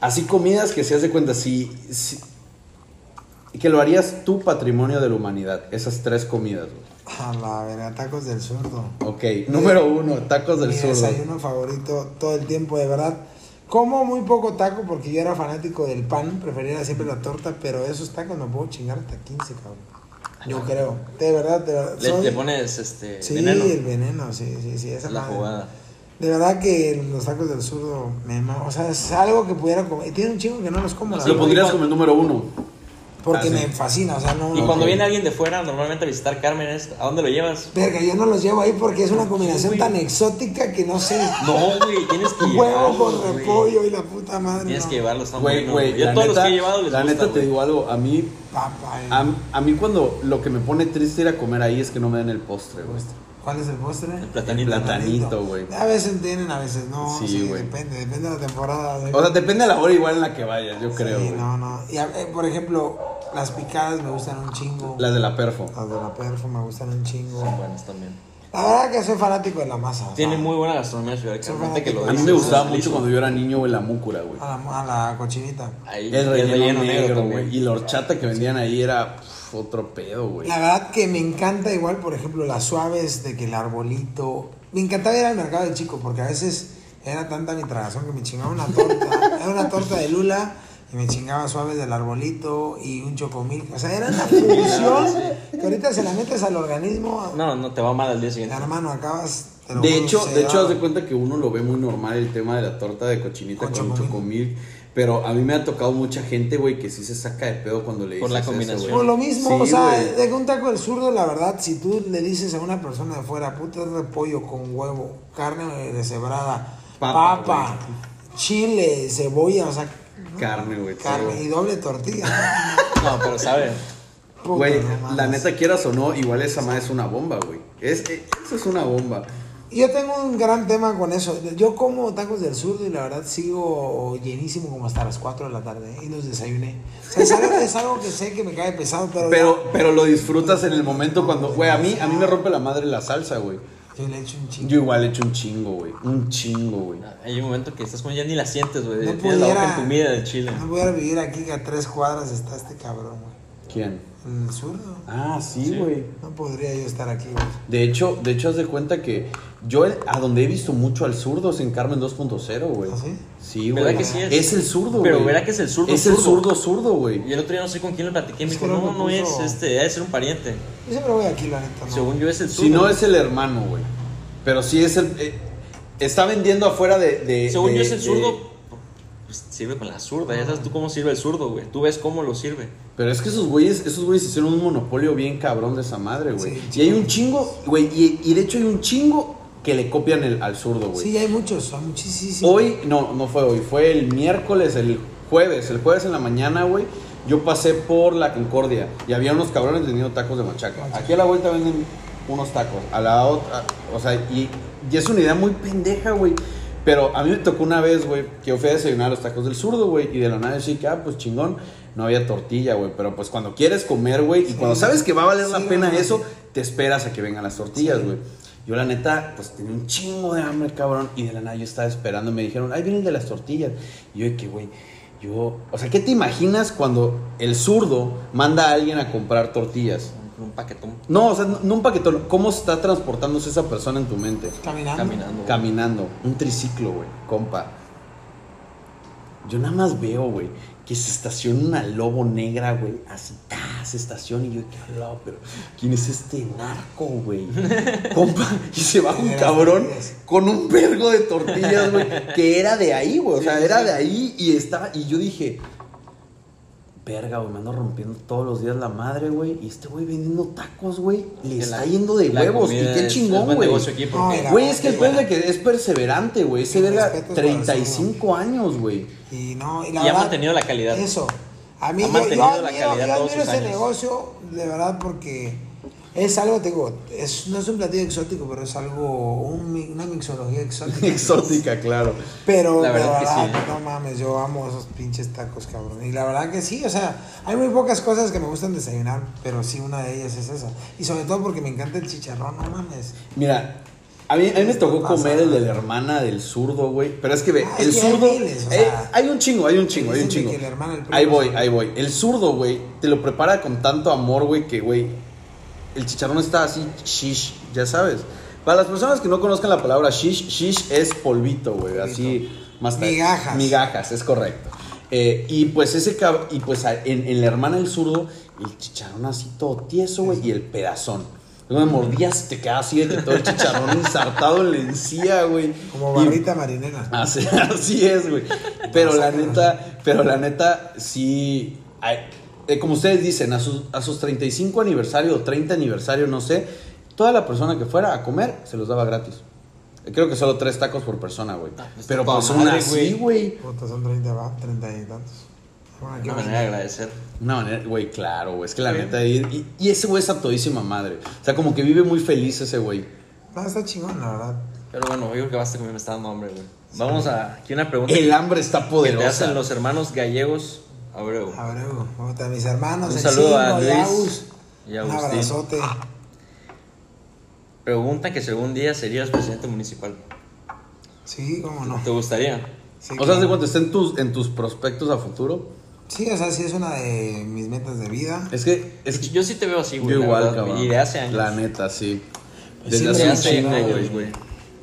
así comidas que se hace cuenta, si, si- que lo harías tu patrimonio de la humanidad, esas tres comidas. güey. A la verga, tacos del surdo. Ok, número uno, tacos del mi sur. desayuno favorito todo el tiempo, de verdad. Como muy poco taco porque yo era fanático del pan, prefería siempre la torta, pero esos tacos no puedo chingar hasta 15, cabrón. Yo creo. De verdad, de verdad. Le, soy- le pones este Sí, veneno. el veneno, sí, sí, sí. Esa Es la madre. jugada. De verdad que los tacos del zurdo me ma- O sea, es algo que pudiera comer. Tiene un chingo que no los como, la Lo verdad, pondrías como el número uno. Porque Ah, sí. me fascina, o sea, no. Y no- cuando viene alguien de fuera, normalmente a visitar Carmen, es, ¿a dónde lo llevas? Verga, yo no los llevo ahí porque es una combinación tan exótica que no sé. No, güey, tienes que Huevo llevarlo. con güey. repollo y la puta madre. Tienes no. que llevarlo, está Güey, bueno, güey, Yo la a todos los neta- que he llevado les la gusta, neta te güey. digo algo, a mí, Papá, eh. a, a mí cuando lo que me pone triste ir a comer ahí es que no me den el postre, güey. ¿Cuál es el postre? El platanito. Platanito, güey. A veces tienen, a veces no. Sí, Sí, güey. depende, depende de la temporada. güey. O sea, depende de la hora igual en la que vayas, yo creo. Sí, güey. no, no. Y a- eh, por ejemplo, las picadas me gustan un chingo. Las de la perfo. Las de la perfo me gustan un chingo. Son buenas también. La verdad que soy fanático de la masa. o Tiene sea, muy buena gastronomía Ciudad de Son Carmen. ahorita que lo A mí dices, me gustaba es mucho liso. cuando yo era niño, güey, la múcura, güey. A la, a la cochinita. Ahí, El relleno, negro, también. güey. Y la horchata que vendían ahí era pf, otro pedo, güey. La verdad que me encanta igual, por ejemplo, las suaves de que el arbolito. Me encantaba ir al mercado de chico porque a veces era tanta mi tragazón que me chingaba (laughs) una torta. era una torta de lula y me chingaba suaves del arbolito y un chocomil. O sea, era una función que ahorita se la metes al organismo. No, no te va mal al día siguiente. Hermano, acabas. te lo De juro, hecho, se de hecho, da- haz de cuenta que uno lo ve muy normal el tema de la torta de cochinita Con con, chocomil. Pero a mí me ha tocado mucha gente, güey, que sí se saca de pedo cuando le Por dices la eso, combinación. güey. Por lo mismo, Pues, Sí, o sea, güey. de que un taco del zurdo, la verdad, si tú le dices a una persona de fuera, puta es repollo con huevo, carne deshebrada, Papa, papa, chile, cebolla, o sea, Carne, güey. sí, carne güey. y (laughs) doble tortilla. No, pero sabe. Puta, Güey, no mames. la neta quieras o no, igual esa madre es una bomba, güey. Es, eh, eso es una bomba. Yo tengo un gran tema con eso. Yo como tacos del zurdo y la verdad sigo llenísimo como hasta las 4 de la tarde ¿eh? y los desayuné. O sea, es algo, es algo que sé que me cae pesado, pero, Pero, pero lo disfrutas en el momento cuando, güey, a mí, a mí me rompe la madre la salsa, güey. ya, yo le echo un chingo. Yo igual he hecho un chingo, güey. Un chingo, güey. Hay un momento que estás con ya ni la sientes, güey. No Tienes la boca pudiera- entumida del chile. No pudiera vivir aquí que a tres cuadras está este cabrón, güey. ¿Quién? Pues En el zurdo. Ah, sí, güey. No podría yo estar aquí, güey. De hecho, de hecho, haz de cuenta que yo el- a donde he visto mucho al zurdo es en Carmen 2.0, güey. ¿Ah, sí? Sí, ¿Verdad güey. que sí es? el zurdo, güey. Pero ¿verdad que es el zurdo, Es el zurdo, zurdo? zurdo, güey. Y el otro día no sé con quién lo platiqué. Me Es dijo, que no no, me no es puso- este, debe ser un pariente. Yo siempre voy aquí, la neta, ¿no? Según yo es el Si zurdo. no es el hermano, güey. Pero sí es el. eh, está vendiendo afuera de. de- Según de- yo es el de- zurdo. pues, sirve con la zurda. Ya sabes tú cómo sirve el zurdo, güey. Tú ves cómo lo sirve. Pero es que esos güeyes, esos güeyes hicieron un monopolio bien cabrón de esa madre, güey. y Sí, hay un chingo, güey, y, y de hecho hay un chingo que le copian el, al zurdo, güey. Sí, hay muchos, hay muchísimos. Hoy, no, no fue hoy, fue el miércoles, el jueves, el jueves en la mañana, güey. Yo pasé por la Concordia y había unos cabrones vendiendo tacos de Ah, machaca. Aquí a la vuelta venden unos tacos, a la otra, o sea, y, y es una idea muy pendeja, güey. Pero a mí me tocó una vez, güey, que yo fui a desayunar a los tacos del zurdo, güey, y de la nada decía que, ah, pues chingón, no había tortilla, güey. Pero pues cuando quieres comer, güey, y cuando sabes que va a valer la Sí, pena güey. eso, te esperas a que vengan las tortillas, güey. Yo la neta, pues tenía un chingo de hambre, cabrón, y de la nada yo estaba esperando, me dijeron, ahí vienen de las tortillas. Y yo de que, güey, yo, o sea, ¿qué te imaginas cuando el zurdo manda a alguien a comprar tortillas? Con un paquetón No, o sea, no, no un paquetón, ¿cómo está transportándose esa persona en tu mente? Caminando. caminando. güey. Caminando, un triciclo, güey, compa. Yo nada más veo, güey, que se estaciona una lobo negra, güey, así, ta, se estaciona y yo, qué hablado, pero ¿quién es este narco, (laughs) güey? Compa, y se baja un Era cabrón tortillas. con un vergo de tortillas, güey, que era de ahí, güey, o sea, era de ahí y estaba, y yo dije, verga, güey, me ando rompiendo todos los días la madre, güey, y este güey vendiendo tacos, güey, le Que está la- yendo de la huevos, y comida es- qué es chingón, buen güey. negocio aquí porque- Ay, la- Güey, es que el Qué pedo de que es perseverante, güey. Ese Mi verga, respeto para el 35 años, güey. (laughs) Y no, y la Y ha verdad, mantenido la calidad. Eso. A mí Ha yo- mantenido yo, la admiro- calidad yo todos admiro sus ese años. negocio, de verdad, porque es algo, te digo, es, no es un platillo exótico, pero es algo, un mi- una (laughs) mixología exótica. Exótica, claro. Pero La la verdad verdad, que sí. no mames, yo amo esos pinches tacos, cabrón. Y la verdad que sí, o sea, hay muy pocas cosas que me gustan desayunar, pero sí una de ellas es esa. Y sobre todo porque me encanta el chicharrón, no mames. Mira, a mí, a mí me tocó Pasa. comer el de la hermana del zurdo, güey. Pero es que ve, Ah, el es que hay zurdo. miles, o eh, sea. hay un chingo, hay un chingo, hay un Dicen chingo. de que el hermano, el primo. Ahí voy, ahí voy. El zurdo, güey, te lo prepara con tanto amor, güey, que, güey, el chicharrón está así, shish, ya sabes. Para las personas que no conozcan la palabra shish, shish es polvito, güey, así más Migajas. Migajas, es correcto. Eh, y pues ese cab- y pues a- en, en la hermana del zurdo, el chicharrón así todo tieso, güey, y el pedazón. Luego me mordías y te quedaba así de que todo el chicharrón ensartado en la encía, güey. Como Y- barrita marinera. Así, así es, güey. Pero la sácalo. neta, pero la neta, sí. ay, eh, como ustedes dicen, a sus, a sus 35 aniversario o 30 aniversario, no sé, toda la persona que fuera a comer se los daba gratis. Eh, Creo que solo tres tacos por persona, güey. Ah, pues, pero toda pues una madre, así, güey. Puta, son 30, va, 30 y tantos. Bueno, aquí Una vamos. manera de agradecer. Una manera, güey, claro, güey. Es que la neta, y, y ese güey es a todísima madre. O sea, como que vive muy feliz ese güey. No, Ah, está chingón, la verdad. Pero bueno, yo creo que basta que me está dando hambre, güey. Vamos a aquí una pregunta. El hambre está que te poderosa. hacen los hermanos gallegos Abreu. A ver, Hugo, puta, mis hermanos. Un el saludo a Silvo, el Luis y Agus. a Un Agustín. abrazote. Pregunta que si algún día serías presidente municipal. Sí, cómo no. ¿Te gustaría? Sí, O sea, claro. de cuando estén tus, en tus prospectos a futuro. Sí, o sea, sí es una de mis metas de vida. Es que, es que Yo sí te veo así, güey. Yo la igual, verdad, cabrón. Y de hace años. Pues La neta, sí. Sí, Desde De hace, un hace chingo, años, güey. güey.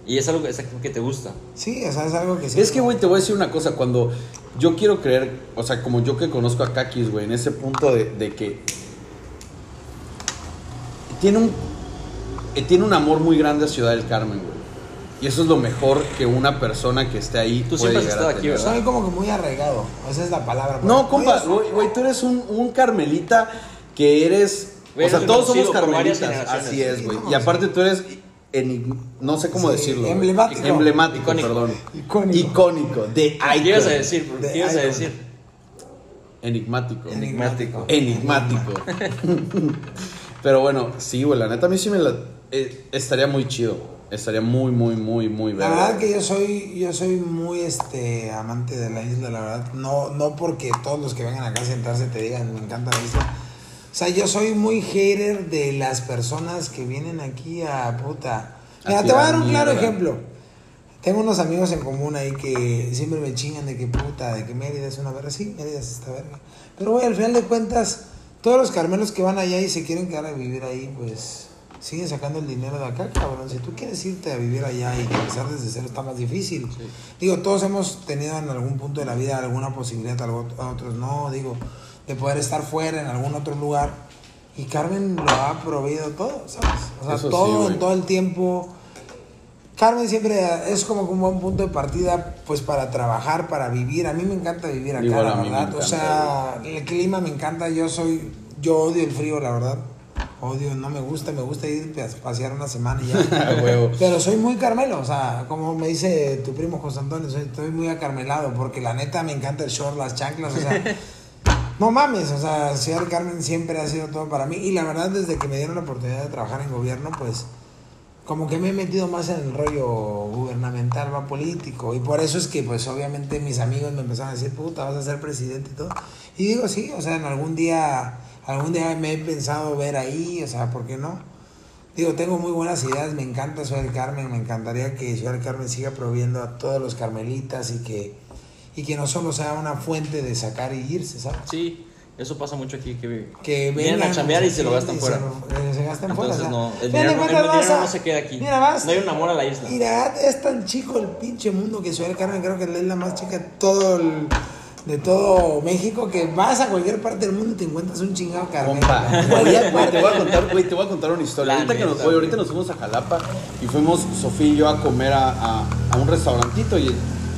Y es algo que, es algo que te gusta. Sí, o sea, es algo que sí. Es que, güey, te voy a decir una cosa. Cuando yo quiero creer, o sea, como yo que conozco a Kakis, güey, en ese punto de, de que. Tiene un. eh, Tiene un amor muy grande a Ciudad del Carmen, güey. Y eso es lo mejor que una persona que esté ahí. Tú puede siempre has llegar a estado aquí, tener. ¿verdad? Soy como que muy arraigado. Esa es la palabra. No, compa, Oye, güey, güey, tú eres un, un carmelita que eres. Güey, o sea, eres todos somos reconocido por varias carmelitas. Así generaciones. es, güey. Sí, Y no, aparte tú eres. en- no sé cómo Sí, decirlo. güey. emblemático. Emblemático, Icónico. perdón. Icónico. Icónico. De ¿Qué ibas a icon. decir? bro? De ¿Qué ibas a icon. decir? Enigmático. Enigmático. (laughs) Enigmático. Pero bueno, sí, güey, la neta a mí sí me la. eh, estaría muy chido. Estaría muy, muy, muy, muy La verga. verdad Ah, que yo soy, yo soy muy este amante de la isla, la verdad. No, no porque todos los que vengan acá a sentarse te digan me encanta la isla. O sea, yo soy muy hater de las personas que vienen aquí a puta. A Mira, te voy a tirar dar un claro mierda. ejemplo. Tengo unos amigos en común ahí que siempre me chingan de que puta, de que Mérida es una verga. Sí, Mérida es esta verga. Pero güey, al final de cuentas, todos los carmelos que van allá y se quieren quedar a vivir ahí, pues siguen sacando el dinero de acá, cabrón. Si tú quieres irte a vivir allá y empezar desde cero está más difícil. Digo, todos hemos tenido en algún punto de la vida alguna posibilidad, algo- a otros no, digo, de poder estar fuera en algún otro lugar. Y Carmen lo ha proveído todo, ¿sabes? O sea, Eso sí, todo, güey. todo el tiempo. Carmen siempre es como que un buen punto de partida, pues para trabajar, para vivir. A mí me encanta vivir acá, Igual a la mí me verdad. o encanta, sea, el clima me encanta. Yo soy, yo odio el frío, la verdad. Odio, no me gusta, me gusta ir a pasear una semana (laughs) y (laughs) ya. A huevo. Pero soy muy carmelo, o sea, como me dice tu primo José Antonio, soy- estoy muy acarmelado porque la neta me encanta el short, las chanclas, (laughs) o sea, no mames, o sea, Ciudad del Carmen siempre ha sido todo para mí y la verdad desde que me dieron la oportunidad de trabajar en gobierno, pues como que me he metido más en el rollo gubernamental, va político. Y por eso es que, pues, obviamente mis amigos me empezaron a decir, puta, vas a ser presidente y todo. Y digo, sí, o sea, en algún día, algún día me he pensado ver ahí, o sea, ¿por qué no? Digo, tengo muy buenas ideas, me encanta Ciudad del Carmen, me encantaría que Ciudad del Carmen siga proviendo a todos los carmelitas y que, y que no solo sea una fuente de sacar y irse, ¿sabes? Sí, eso pasa mucho aquí. Que, que Vienen vengan, a chambear y sí, se lo gastan fuera. Se, lo- eh, se gastan fuera. Entonces, o sea, no, el mira, dinero, de no- el cuántas dinero vas a- no se queda aquí. Mira, vas- no hay un amor a la isla. Mira, es tan chico el pinche mundo que Ciudad del Carmen creo que es la más chica de todo el- de todo México que vas a cualquier parte del mundo y te encuentras un chingado carmen. Compa, güey, Cualquier güey, te parte. voy a contar, güey, te voy a contar una historia. La Ahorita que nos, neta, güey, güey. ahorita nos fuimos a Jalapa y fuimos Sofía y yo a comer a, a- a un restaurantito y,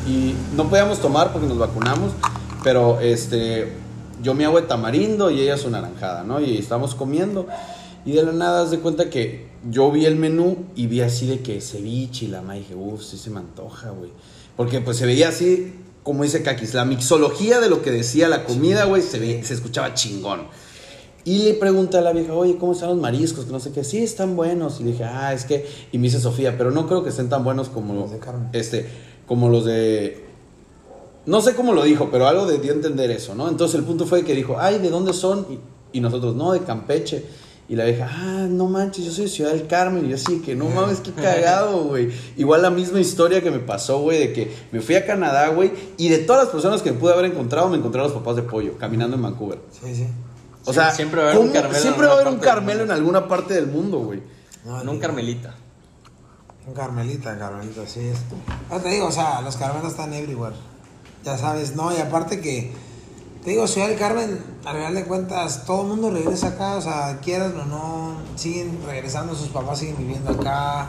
y no podíamos tomar porque nos vacunamos, pero este yo me hago de tamarindo y ella su naranjada, ¿no? Y estábamos comiendo y de la nada das de cuenta que yo vi el menú y vi así de que ceviche y la madre, dije, uff, sí se me antoja, güey. Porque pues se veía así, como dice Kakis, la mixología de lo que decía la comida, güey, se, ve- se escuchaba chingón. Y le pregunté a la vieja, oye, ¿cómo están los mariscos? Que no sé qué. Sí, están buenos. Y le dije, ah, es que. Y me dice Sofía, pero no creo que estén tan buenos como Los de Carmen. Este, como los de. No sé cómo lo dijo, pero algo de dio a entender eso, ¿no? Entonces el punto fue que dijo, ay, ¿de dónde son? Y, y nosotros, no, de Campeche. Y la vieja, ah, no manches, yo soy de Ciudad del Carmen. Y yo así, (laughs) que no mames, qué cagado, güey. Igual la misma historia que me pasó, güey, de que me fui a Canadá, güey. Y de todas las personas que pude haber encontrado, me encontré a los papás de pollo, caminando en Vancouver. Sí, sí. O Siem- sea, siempre va a haber un ¿cómo- Carmelo en siempre va a alguna haber un parte del Carmelo en mundo? alguna parte del mundo, güey. No, No un ni- carmelita. Un Carmelita, Carmelita, sí es. No te digo, o sea, los Carmelos están everywhere. Ya sabes, no, y aparte que. Te digo, Ciudad del Carmen, al final de cuentas, todo el mundo regresa acá, o sea, quieran o no, siguen regresando, sus papás siguen viviendo acá.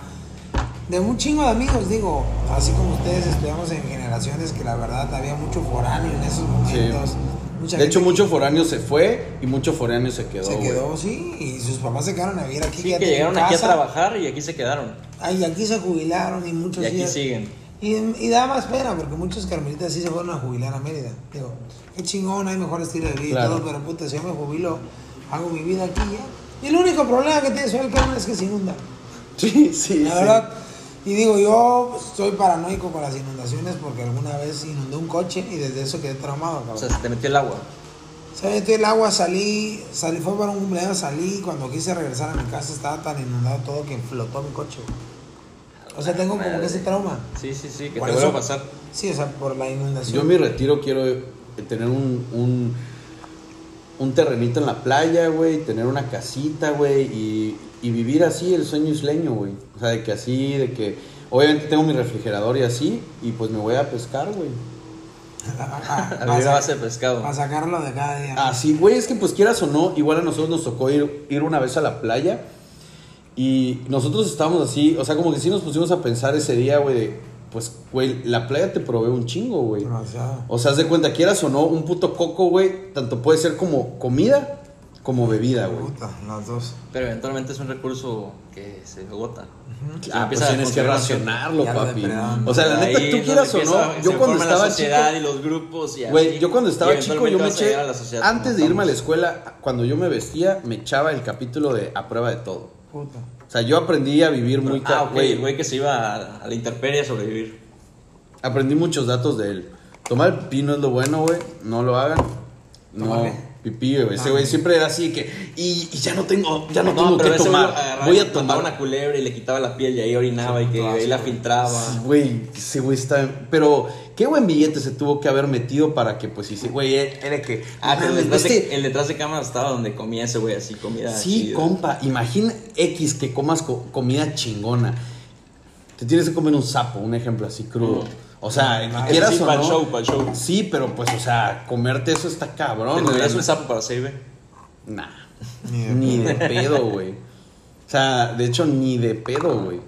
De un chingo de amigos, digo, así como ustedes estudiamos en generaciones que la verdad había mucho foráneo en esos momentos. Mucha de hecho, gente mucho foráneo se fue y mucho foráneo se quedó. se güey. quedó, sí, y sus papás se quedaron a vivir aquí. Sí, quédate que en llegaron aquí a casa. trabajar y aquí se quedaron. Ay, y aquí se jubilaron y muchos Y aquí días- siguen. Y, y da más pena porque muchos carmelitas sí se fueron a jubilar a Mérida. Digo, qué chingón, hay mejor estilo de vida y Claro. todo, pero puta, si yo me jubilo, hago mi vida aquí ya. Y el único problema que tiene Ciudad del Carmen es que se inunda. (laughs) Sí, sí, La sí. verdad. Y digo, yo soy paranoico con las inundaciones porque alguna vez inundé un coche y desde eso quedé traumado, cabrón. O sea, se te metió el agua. Se metió el agua, salí, salí, fue para un cumpleaños, salí, cuando quise regresar a mi casa estaba tan inundado todo que flotó mi coche. güey. O sea, tengo como que ese trauma. Sí, sí, sí, que Por te vuelve a eso- pasar. Sí, o sea, por la inundación. Yo en mi retiro quiero eh, tener un, un, un terrenito en la playa, güey, tener una casita, güey, y, y vivir así el sueño isleño, güey. O sea, de que así, de que obviamente tengo mi refrigerador y así, y pues me voy a pescar, güey. (laughs) A vivir a base de pescado. Para sacarlo de cada día. Así, güey, es que pues quieras o no, igual a nosotros nos tocó ir, ir una vez a la playa y nosotros estábamos así, o sea, como que sí nos pusimos a pensar ese día, güey, de, pues, güey, la playa te provee un chingo, güey. Demasiado. O sea, haz de cuenta, quieras o no, un puto coco, güey, tanto puede ser como comida como bebida, güey. Puta, las dos. Pero eventualmente es un recurso que se agota. Ah, pues Empieza a tienes que funcionar. racionarlo, Ya lo papi. depredaron. O sea, la neta, Ahí tú es quieras o donde no, empieza- yo se cuando forma estaba la chico... sociedad y los grupos y Güey, así. yo cuando Y estaba chico, yo eventualmente me vas a eché. llegar a la sociedad Antes como de irme a la estamos. escuela, cuando yo me vestía, me echaba el capítulo de A prueba de todo. Puta. O sea, yo aprendí a vivir muy. Ah, ca- ok, güey, el güey que se iba a, a la intemperie a sobrevivir. Aprendí muchos datos de él. Tomar pino es lo bueno, güey. No lo hagan. No. Tomarle. Pipí, güey. Ese güey siempre era así que. Y, y ya no tengo, ya no, tengo No, que pero ese güey tomar. agarraba Voy y a mataba tomar una culebra y le quitaba la piel y ahí orinaba y que todo ahí así, la güey. filtraba. Güey, ese güey está. Pero, qué buen billete se tuvo que haber metido para que, pues, sí, güey, era que. Ah, pero mames, detrás de- este- el detrás de cámara estaba donde comía ese güey así, comida. Sí, chida. compa, imagina X que comas co- comida chingona. Te tienes que comer un sapo, un ejemplo así crudo. O sea, Eso quieras Ah, sí, o pa'l no. show, pa'l show. Sí, pero pues, o sea, comerte eso está ¿Te cabrón. comerías güey. un sapo para save? Nah, Ni de ni de pedo, güey. O sea, de hecho, ni de pedo, güey.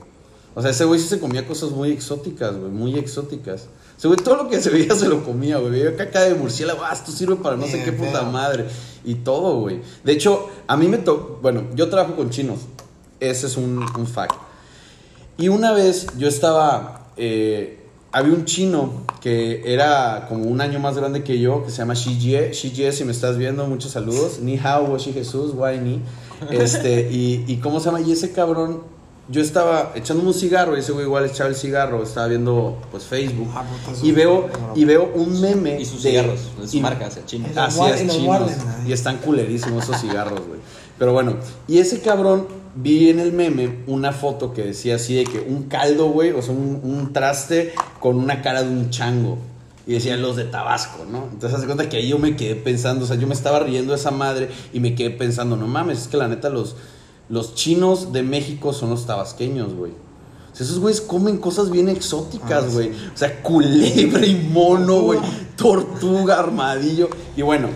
O sea, ese güey sí se comía cosas muy exóticas, güey, muy exóticas. Ese güey todo lo que se veía (laughs) se lo comía, güey. Veía caca de murciélago, ah, esto sirve para no sé Ni qué de puta pedo. madre. Y todo, güey. De hecho, a mí me tocó, bueno, yo trabajo con chinos. Ese es un, un fact. Y una vez yo estaba, eh, había un chino que era como un año más grande que yo, que se llama Shi Jie. Shi Jie, si me estás viendo, muchos saludos. Ni hao, wo shi Jesús, why ni. Este, y, y cómo se llama, y ese cabrón yo estaba echándome un cigarro y ese güey igual echaba el cigarro, estaba viendo pues Facebook Ah, puta, eso y es veo cabrón. y veo un meme Y sus de- cigarros, de y- sus marcas, el chino. Y los Así guar- es, y los chinos. guardan ahí. Y están culerísimos esos cigarros, güey. Pero bueno, y ese cabrón vi en el meme una foto que decía así de que un caldo, güey, o sea, un, un traste con una cara de un chango. Y decía los de Tabasco, ¿no? Entonces, hace cuenta que ahí yo me quedé pensando, o sea, yo me estaba riendo de esa madre y me quedé pensando, no mames, es que la neta los, los chinos de México son los tabasqueños, güey. O sea, esos güeyes comen cosas bien Ah, exóticas, sí. güey. O sea, culebra y mono, güey. Tortuga, armadillo. Y bueno,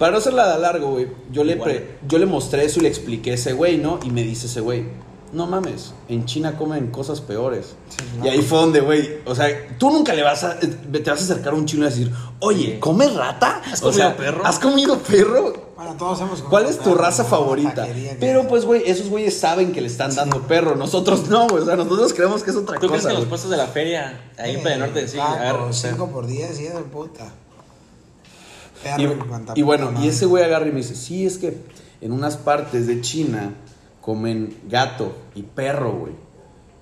para no hacerla de largo, güey, yo le, pre- yo le mostré eso y le expliqué a ese güey, ¿no? Y me dice ese güey, no mames, en China comen cosas peores. Y ahí fue donde, güey, o sea, tú nunca le vas a, eh, te vas a acercar a un chino y decir, oye, ¿comes rata? ¿Has O sea, comido perro? Ah, ¿Has comido perro? Bueno, todos hemos comido ¿Cuál es tu perro, raza ¿no? favorita? Taquería, Pero que- pues, güey, esos güeyes saben que le están dando perro. Nosotros no, güey. O sea, nosotros creemos que es otra ¿Tú crees cosa. que los güey. Ah, puestos de la feria, ahí en Playa Norte, sí, Tacos, agarran, eh, o sea, cinco por 10 y eso, puta. Y- Perro, cuanta y, bueno, puta y madre. ese güey agarra y me dice, sí, es que en unas partes de China comen gato y perro, güey.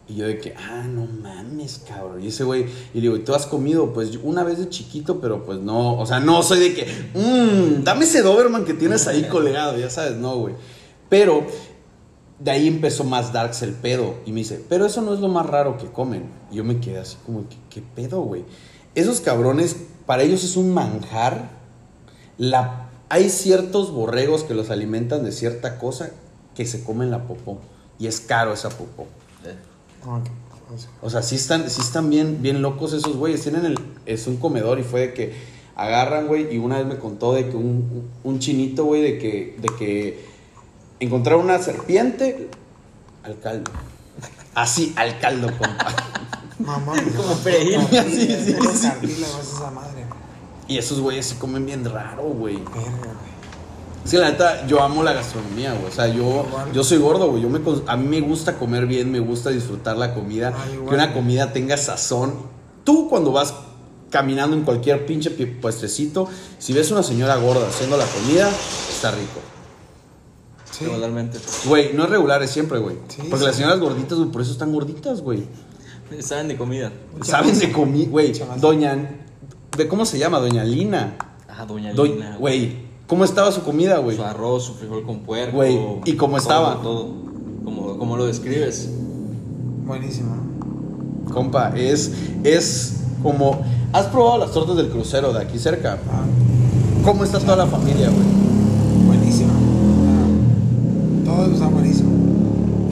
Y yo de que, ah, no mames, cabrón. Y ese güey, y le digo, ¿y tú has comido? Pues yo una vez de chiquito, pero pues no, o sea, no soy de que, mmm, dame ese Doberman que tienes ahí colgado, ya sabes, no, güey. Pero de ahí empezó más Darks el pedo. Y me dice, pero eso no es lo más raro que comen. Y yo me quedé así como, ¿qué, qué pedo, güey? Esos cabrones, para ellos es un manjar. La, hay ciertos borregos que los alimentan de cierta cosa que se comen la popó. Y es caro esa popó. eh, Ok, pues, eso. O sea, sí están, sí están bien, bien locos esos güeyes. Tienen el, es un comedor y fue de que agarran, güey, y una vez me contó de que un, un chinito, güey, de que, de que encontraron una serpiente al caldo. Así, al caldo, compa. No (laughs) mames. Como perejil. (laughs) Sí, Sí, sí, sí, sí. esa madre. Y esos güeyes se comen bien raro, güey. Verga, güey. Es que la neta, yo amo la gastronomía, güey. O sea, yo, yo soy gordo, güey. Yo me, cons- a mí me gusta comer bien, me gusta disfrutar la comida. Ah, igual. que una comida tenga sazón. Tú cuando vas caminando en cualquier pinche pi- puestecito, si ves una señora gorda haciendo la comida, está rico. Sí. regularmente. Güey, no es regular, es siempre, güey. Sí, Porque sí. las señoras gorditas, güey, por eso están gorditas, güey. Saben de comida. Mucha Saben masa. de comida, güey. Mucha masa. Doña... ¿De cómo se llama? Doña Lina. Ah, doña Doña- Lina. Güey, ¿cómo estaba su comida, güey? Su arroz, su frijol con puerco. Güey, ¿y cómo todo, estaba? Todo. Como, como lo describes. Buenísimo, ¿no? Compa, es, es como... ¿Has probado las tortas del crucero de aquí cerca? Ah, ¿Cómo está toda la familia, güey? buenísimo. Ah, Todo está buenísimo.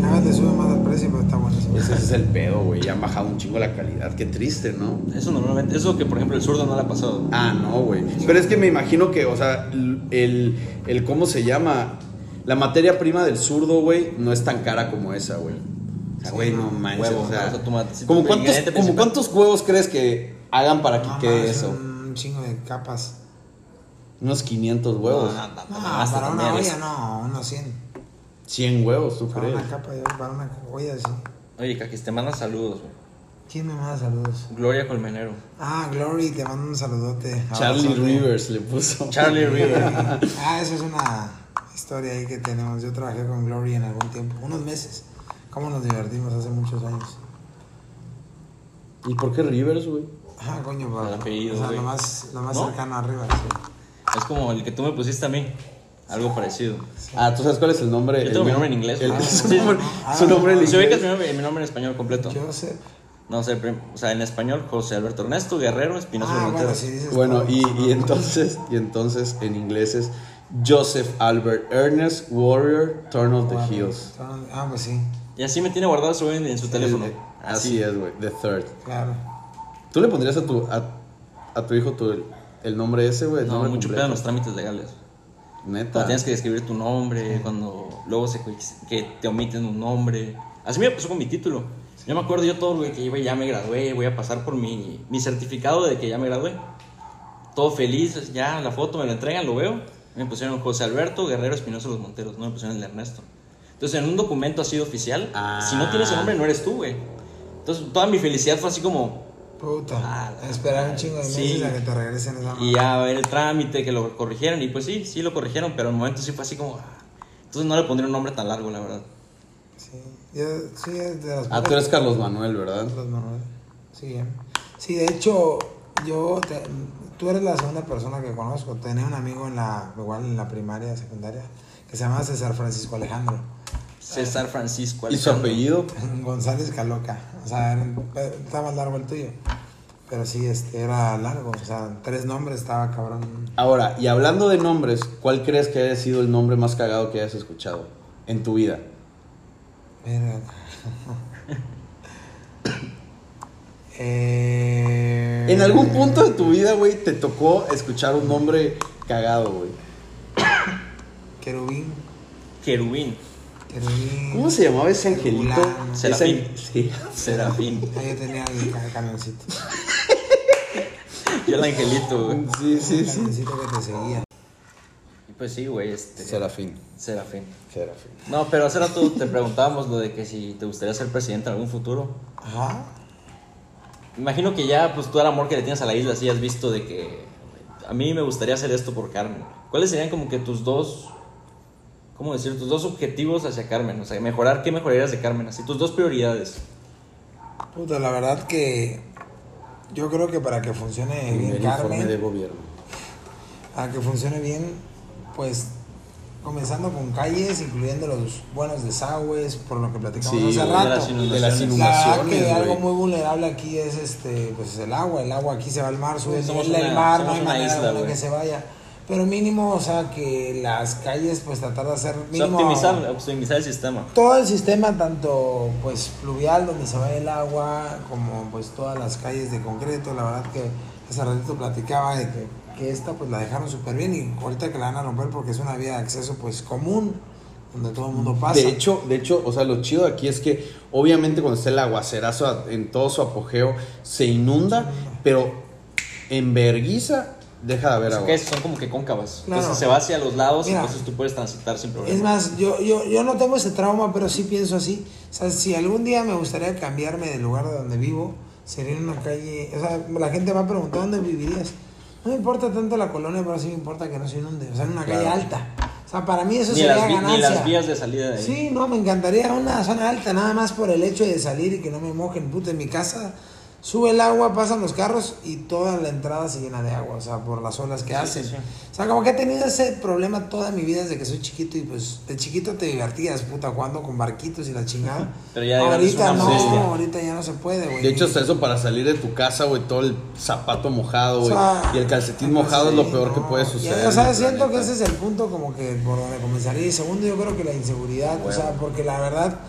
Cada vez le sube más el precio, pero está buenísimo. Ese es el pedo, güey. Ya han bajado un chingo la calidad. Qué triste, ¿no? Eso normalmente, eso que por ejemplo el zurdo no le ha pasado. Ah, no, güey. Pero es que me imagino que, o sea, l- el, el ¿cómo se llama? La materia prima del zurdo, güey, no es tan cara como esa, güey. O sea, güey, no manches. Huevo, o sea, ¿no? O sea, tu mate- si ¿como tu cuántos, ingrediente como principal- cuántos huevos crees que hagan para que No, quede mames, eso? Un chingo de capas. Unos 500 huevos. Ah, ta- ta- No, ta- para una también olla es- no, unos 100. 100 huevos, ¿tú Para crees? una capa, yo, para una olla, sí. Oye, Caquis, te mandan saludos, güey. ¿Quién me manda saludos? Gloria Colmenero. Ah, Glory, te mando un saludote. Charlie Abrazote. Rivers le puso. Charlie (laughs) River. Ah, eso es una historia ahí que tenemos. Yo trabajé con Glory en algún tiempo, unos meses. ¿Cómo nos divertimos hace muchos años? (laughs) ¿Y por qué Rivers, güey? Ah, coño, para. El apellido, o sea, güey. lo más, lo más ¿No? cercano arriba, sí. es como el que tú me pusiste a mí. Algo parecido. Ah, ¿tú sabes cuál es el nombre? Yo El tengo mi men- nombre en inglés. el- (laughs) güey. su Sí. nombre, Ah, su nombre en Si ubicas inglés. mi nombre, mi nombre en español completo. Yo sé. No sé, prim- o sea, en español, José Alberto Ernesto Guerrero Espinosa Ah, Montero. bueno, sí dices. Bueno, todo, y, pues, y no, entonces, y entonces en inglés es Joseph Albert Ernest Warrior Turn of the Hills. Ah, pues sí, Y así me tiene guardado su en, en su teléfono. Eh, Ah, Así es, güey. The Third. claro. ¿Tú le pondrías a tu, a, a tu hijo tu, el nombre ese, güey? El No, nombre mucho completo. pedo en los trámites legales. Neta. Cuando tienes que escribir tu nombre, cuando luego se, que te omiten un nombre. Así me pasó con mi título. Yo me acuerdo yo todo, güey, que iba y ya me gradué, voy a pasar por mi, mi certificado de que ya me gradué. Todo feliz, ya la foto me lo entregan, lo veo. Me pusieron José Alberto Guerrero Espinosa Los Monteros, no me pusieron el de Ernesto. Entonces, en un documento así de oficial, Ah. si no tienes el nombre, no eres tú, güey. Entonces, toda mi felicidad fue así como, Puta. Ah, la Esperar un chingo de meses sí. a que te regresen esa Y madre. ya a ver el trámite, que lo corrigieron. Y pues sí, sí lo corrigieron, pero al momento sí fue así como. ah. Entonces no le pondría un nombre tan largo, la verdad. Sí, yo- sí, es de las Ah, tú eres Carlos Manuel, ¿verdad? Carlos Manuel. Sí, eh. sí, de hecho, yo, te- tú eres la segunda persona que conozco. Tenía un amigo en la, igual en la primaria, secundaria, que se llamaba César Francisco Alejandro. (laughs) César Francisco. ¿Y su Alejandro. apellido? González Caloca. O sea, era- estaba más largo el tuyo. Pero sí, este, era largo. O sea, tres nombres estaba cabrón. Ahora, y hablando de nombres, ¿cuál crees que haya sido el nombre más cagado que hayas escuchado en tu vida? Verga. (laughs) Eh, En algún punto de tu vida, güey, te tocó escuchar un nombre cagado, güey. Querubín. Querubín. Querubín. ¿Cómo se llamaba ese angelito? Fulano. Ese- Serafín. Sí. Serafín. Ahí yo tenía el ca- camioncito. Yo el angelito, güey. Sí, sí, El sí. camioncito que te seguía. Y Pues sí, güey, este. Serafín. Serafín. Serafín. No, pero hace rato te preguntábamos lo de que si te gustaría ser presidente en algún futuro. Ajá. Imagino que ya, pues tú el amor que le tienes a la isla, sí has visto de que a mí me gustaría hacer esto por Carmen. ¿Cuáles serían como que tus dos, cómo decir, tus dos objetivos hacia Carmen? O sea, mejorar, ¿qué mejorarías de Carmen? Así, tus dos prioridades. Puta, la verdad que yo creo que para que funcione bien Primer informe de Carmen, gobierno. para que funcione bien, pues comenzando con calles, incluyendo los buenos desagües, por lo que platicamos Sí, hace güey, rato. las De las La verdad que inundaciones, algo güey. muy vulnerable aquí es este pues el agua, el agua aquí se va al mar, sube el Somos nivel del una- mar, no somos hay una manera isla, alguna güey. que se vaya. Pero mínimo, o sea, que las calles pues tratar de hacer O sea, mínimo optimizar, optimizar el sistema. todo el sistema, tanto pues pluvial donde se va el agua, como pues todas las calles de concreto, la verdad que hace ratito platicaba de que, que esta pues la dejaron súper bien y ahorita que la van a romper porque es una vía de acceso pues común, donde todo el mundo pasa. De hecho, de hecho, o sea, lo chido aquí es que obviamente cuando está el aguacerazo a- en todo su apogeo se inunda, pero en verguiza deja de haber Son agua. que son como que cóncavas. Claro. Entonces se va hacia los lados, Mira. entonces tú puedes transitar sin problema. Es más, yo, yo, yo no tengo ese trauma, pero sí pienso así. O sea, si algún día me gustaría cambiarme del lugar de donde vivo, sería en una calle. O sea, la gente me ha preguntado dónde vivirías. No me importa tanto la colonia, pero sí me importa que no se inunde. O sea, en una Claro. calle alta. O sea, para mí eso ni, sería las vi- ni ganancia. las vías de salida de ahí. Sí, no, me encantaría una zona alta, nada más por el hecho de salir y que no me mojen. Puta, en mi casa sube el agua, pasan los carros y toda la entrada se llena de agua, o sea, por las olas que hacen. sí, sí. O sea, como que he tenido ese problema toda mi vida desde que soy chiquito y pues de chiquito te divertías, puta, jugando con barquitos y la chingada. (laughs) Pero ya de grande es ahorita una no, molestia. ahorita ya no se puede, güey. De hecho, hasta eso para salir de tu casa, güey, todo el zapato mojado, O güey, sea, y el calcetín mojado es lo sí, peor que no. puede Ya, suceder. O en sea, el siento que planeta. ese es el punto como que por donde comenzaría. Y segundo, yo creo que la inseguridad, o sea, porque la verdad,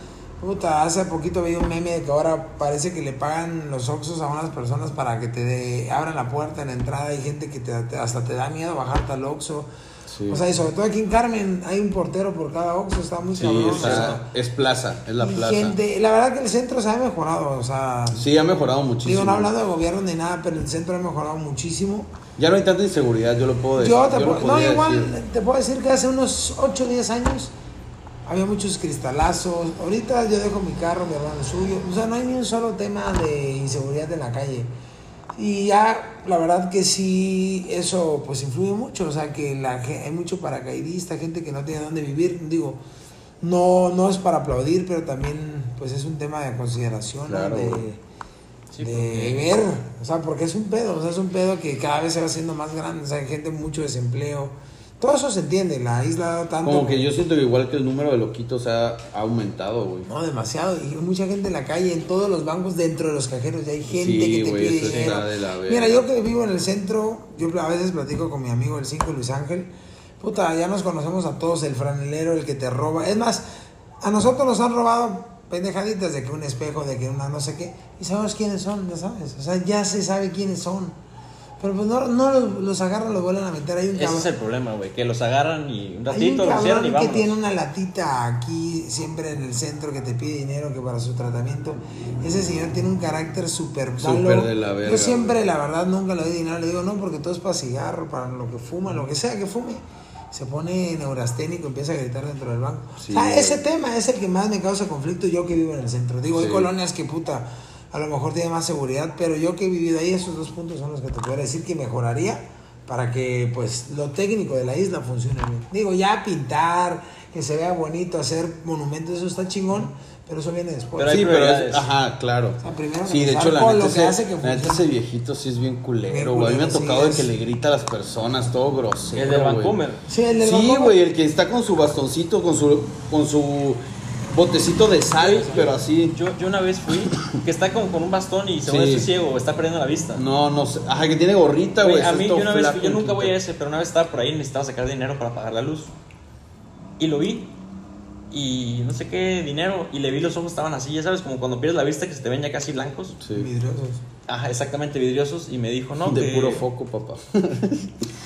puta, hace poquito vi un meme de que ahora parece que le pagan los oxos a unas personas para que te de- abran la puerta en la entrada. Hay gente que te- te- hasta te da miedo bajarte al oxo. Sí. O sea, y sobre todo aquí en Carmen hay un portero por cada oxo, está muy Sí, cabrón. o está- sea, es plaza, es la y plaza. gente- la verdad que el centro se ha mejorado, o sea, Sí, ha mejorado muchísimo. digo, no hablando de gobierno ni nada, pero el centro ha mejorado muchísimo. Ya no hay tanta inseguridad, yo lo puedo decir. Yo te yo lo puedo, no, podría igual decir. te puedo decir que hace unos 8 o 10 años había muchos cristalazos. Ahorita yo dejo mi carro, mi hermano el suyo. O sea, no hay ni un solo tema de inseguridad en la calle. Y ya, la verdad que sí, eso pues influye mucho. O sea, que la, ge- hay mucho paracaidista, gente que no tiene dónde vivir. Digo, no, no es para aplaudir, pero también pues es un tema de consideración, ¿no? Claro, de, güey. Sí, de porque- ver, o sea, porque es un pedo, o sea, es un pedo que cada vez se va haciendo más grande, o sea, hay gente mucho desempleo, todo eso se entiende, la isla ha dado tanto, Como que yo siento que igual que el número de loquitos ha, ha aumentado, güey. no, demasiado, y mucha gente en la calle, en todos los bancos, dentro de los cajeros, ya hay gente Sí, que te güey, pide eso está dinero, de la verga. mira, yo que vivo en el centro, yo a veces platico con mi amigo el 5 Luis Ángel, puta, ya nos conocemos a todos, el franelero, el que te roba, es más, a nosotros nos han robado pendejaditas de que un espejo, de que una no sé qué, y sabemos quiénes son, ya sabes, o sea, ya se sabe quiénes son. Pero pues no, no los, los agarran, los vuelven a meter. Hay un Ese cabrón, es el problema, güey. Que los agarran y un hay un ratito lo cierran y cabrón que vámonos. tiene una latita aquí, siempre en el centro, que te pide dinero que para su tratamiento. Ese señor tiene un carácter súper malo. Súper de la verga, Yo siempre, güey. la verdad, nunca le doy dinero. Le digo, no, porque todo es para cigarro, para lo que fuma, lo que sea que fume. Se pone neurasténico, empieza a gritar dentro del banco. Sí, o sea, güey. ese tema es el que más me causa conflicto yo que vivo en el centro. Digo, Sí. hay colonias que puta, a lo mejor tiene más seguridad, pero yo que he vivido ahí, esos dos puntos son los que te puedo decir que mejoraría para que pues lo técnico de la isla funcione bien. Digo, ya pintar, que se vea bonito, hacer monumentos, eso está chingón, pero eso viene después. Pero hay sí, pero es, prioridades. ajá, claro. O sea, primero sí, de empezar hecho, la con neta, lo que ese, hace que la neta, funcione. ese viejito sí es bien Bien culero, güey. A mí me ha culero, sí tocado el es. que le grita a las personas, todo grosero. El del güey. Vancomer. Sí, el del Sí, balcón, güey, el que está con su bastoncito, con su, con su botecito de sal, pero así. Yo, yo una vez fui, que está como con un bastón y según Sí. esto es ciego, está perdiendo la vista. No, no sé. Ajá, que tiene gorrita, Güey, güey. a está mí, yo todo una vez, flaco, yo nunca voy a chiquito. ese, pero una vez estaba por ahí y necesitaba sacar dinero para pagar la luz. Y lo vi, y no sé qué dinero, y le vi los ojos estaban así, ya sabes, como cuando pierdes la vista que se te ven ya casi blancos. Sí. Vidriosos. Ajá, exactamente, vidriosos, y me dijo, no, de que- puro foco, (laughs) papá.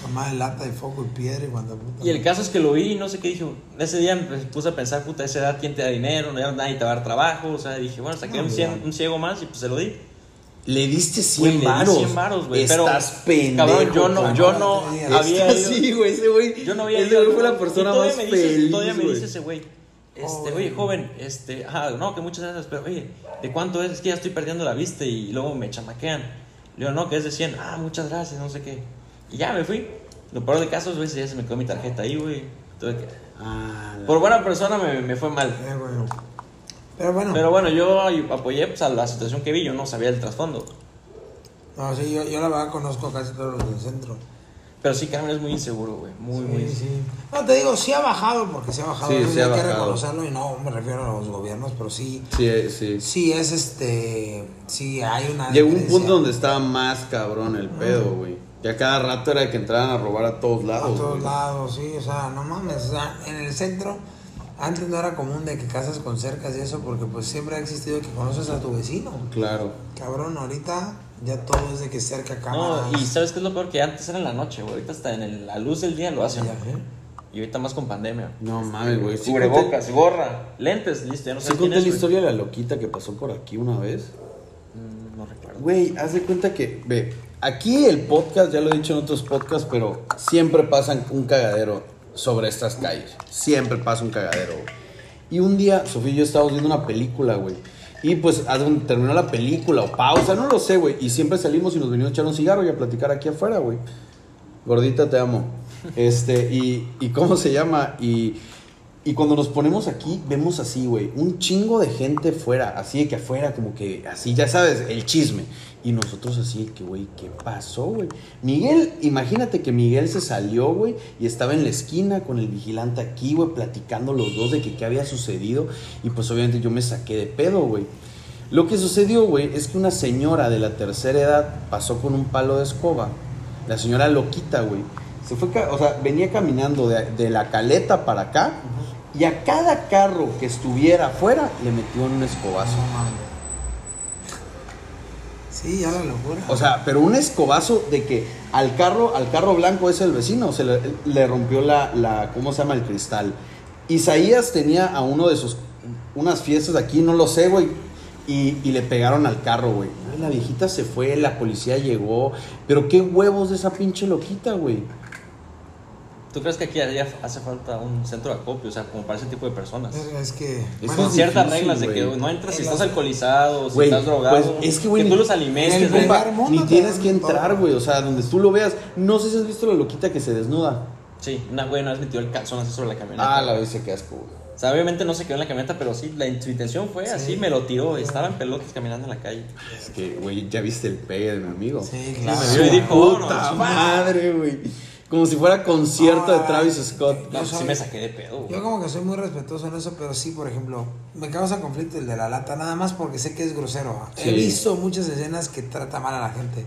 Mamá de lata de foco y piedra y cuando puta. Y el caso es que lo vi y no sé qué dijo. Ese día me puse a pensar, puta, a esa edad, ¿quién te da dinero? Ya nadie te va a dar trabajo. O sea, dije, bueno, saqué No, un, mira. cien- un ciego más y pues se lo di. Le diste Güey, 100 le di varos. 100 varos, güey. Pero, Estás pendejo. Cabrón, yo no, cabrón. yo no Estás había ido. Sí, güey, ese güey. Yo no había Ese ido. güey fue la Y persona todavía más me dice- feliz, Todavía me güey. dice ese güey. Este, Joder. oye, joven, este, ah, no, que muchas gracias, pero oye, ¿de cuánto es? Es que ya estoy perdiendo la vista y luego me chamaquean. Le digo, no, que es de 100. Ah, muchas gracias, no sé qué. Y ya me fui. Lo peor de casos, güey, ya se me quedó mi tarjeta ahí, güey. Tuve que- Ah, la- Por buena persona me, me fue mal. Eh, güey. Pero bueno, Pero bueno, yo apoyé pues, a la situación que vi, yo no sabía el trasfondo. no, sí, yo, yo la verdad conozco casi todos los del centro. Pero sí, Carmen es muy inseguro, güey. Muy, muy Sí, inseguro. sí. No, te digo, sí ha bajado porque sí ha bajado. Sí, eso sí ha hay que bajado. reconocerlo y no me refiero a los gobiernos, pero sí, Sí, sí. sí es este, sí hay una. Llegó un diferencia. punto donde estaba más cabrón el Ah. pedo, güey. Ya cada rato era que entraran a robar a todos A lados. todos güey. lados, sí, o sea, no mames, o sea, en el centro antes no era común de que casas con cercas y eso porque pues siempre ha existido que conoces a tu vecino. Claro. Cabrón, ahorita ya todo es de que cerca cámaras. No, y ¿sabes qué es lo peor? Que antes era en la noche, güey. Ahorita hasta en el- la luz del día lo hacen. Ya, ¿eh? Y ahorita más con pandemia. No mames, güey. Sí Este, Cubrebocas, gorra, lentes, listo. Ya no conté- sé Sí quién conté es, la güey. historia de la loquita que pasó por aquí una vez. Mm, No recuerdo. Güey, haz de cuenta que, ve, aquí el podcast, ya lo he dicho en otros podcasts, pero siempre pasan un cagadero sobre estas calles. Siempre pasa un cagadero, güey. Y un día, Sofía y yo estábamos viendo una película, güey. Y pues haz de cuenta, terminó la película o pausa, no lo sé, güey. Y siempre salimos y nos venimos a echar un cigarro y a platicar aquí afuera, güey. Gordita, te amo. Este, y, y cómo se llama. Y, y cuando nos ponemos aquí, vemos así, güey, un chingo de gente fuera, así de que afuera, como que así, ya sabes, el chisme. Y nosotros así de que, güey, ¿qué pasó, güey? Miguel, imagínate que Miguel se salió, güey, y estaba en la esquina con el vigilante aquí, güey, platicando los dos de que qué había sucedido. Y pues obviamente yo me saqué de pedo, güey. Lo que sucedió, güey, es que una señora de la tercera edad pasó con un palo de escoba. La señora loquita, güey. Se fue, ca- o sea, venía caminando de, de la caleta para acá y a cada carro que estuviera afuera le metió un escobazo. No mames. Sí, ya la locura. O sea, pero un escobazo de que al carro, al carro blanco es el vecino, se le, le rompió la, la, ¿cómo se llama? El cristal. Isaías tenía a uno de sus, unas fiestas aquí, no lo sé, güey. Y, y le pegaron al carro, güey. Ay, La viejita se fue, la policía llegó. Pero qué huevos de esa pinche loquita, güey. ¿Tú crees que aquí haría- hace falta un centro de acopio? O sea, como para ese tipo de personas. Verga, es que Es bueno, Con difícil, ciertas reglas de que güey. no entras si En estás las- alcoholizado, si Güey, estás drogado. pues, es que, güey, tú los en alimentes, el güey. primer mundo Ni te tienes dan que entrar, todo. güey. O sea, donde tú lo veas. No sé si has visto la loquita que se desnuda. Sí, una güey una vez me tiró el calzón así sobre la camioneta. Ah, la vez qué asco, güey. O sea, obviamente no se quedó en la camioneta, pero sí, la, in- su intención fue así, me lo tiró. Estaba en pelotas caminando en la calle. Es que, güey, ya viste el pegue de mi amigo. Sí, me claro. vio y Su dijo, puta "Vámonos". madre, güey. Como si fuera concierto de Ay, Travis Scott. No, Yo pues, sí soy- me saqué de pedo, güey. pues, Yo como que soy muy respetuoso en eso, pero sí, por ejemplo, me causa conflicto el de la lata, nada más porque sé que es grosero. Sí. He visto muchas escenas que trata mal a la gente.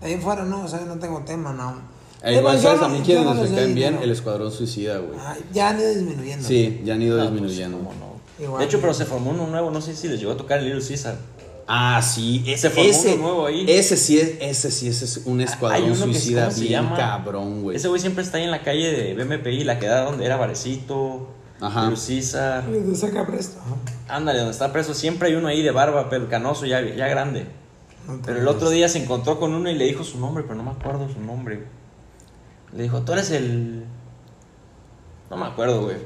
De ahí en fuera no, o sea, no tengo tema, no. Eh, Es Igual más, yo sabes no- a mí yo quienes no les les caen doy bien, dinero. el Escuadrón Suicida, güey. Ah, ya han ido disminuyendo. Sí, ya han ido No, pues, disminuyendo. ¿cómo no? Igual. De hecho, pero se formó uno nuevo, no sé si les llegó a tocar el Little Caesar. Ah, sí. Ese, Se formó ese, uno nuevo ahí. Ah, ese sí es, ese sí es un Hay Escuadrón uno que es- Suicida ¿cómo se bien llama? cabrón, güey. Ese güey siempre está ahí en la calle de BMPI, la que da donde era Varecito, Ajá. Little Caesar. Te saca presto. Ándale, donde está preso. Siempre hay uno ahí de barba, pero canoso, ya, ya grande. No te Pero el otro día se encontró con uno y le dijo su nombre, pero no me acuerdo su nombre. Le dijo, tú eres el... No me acuerdo, güey.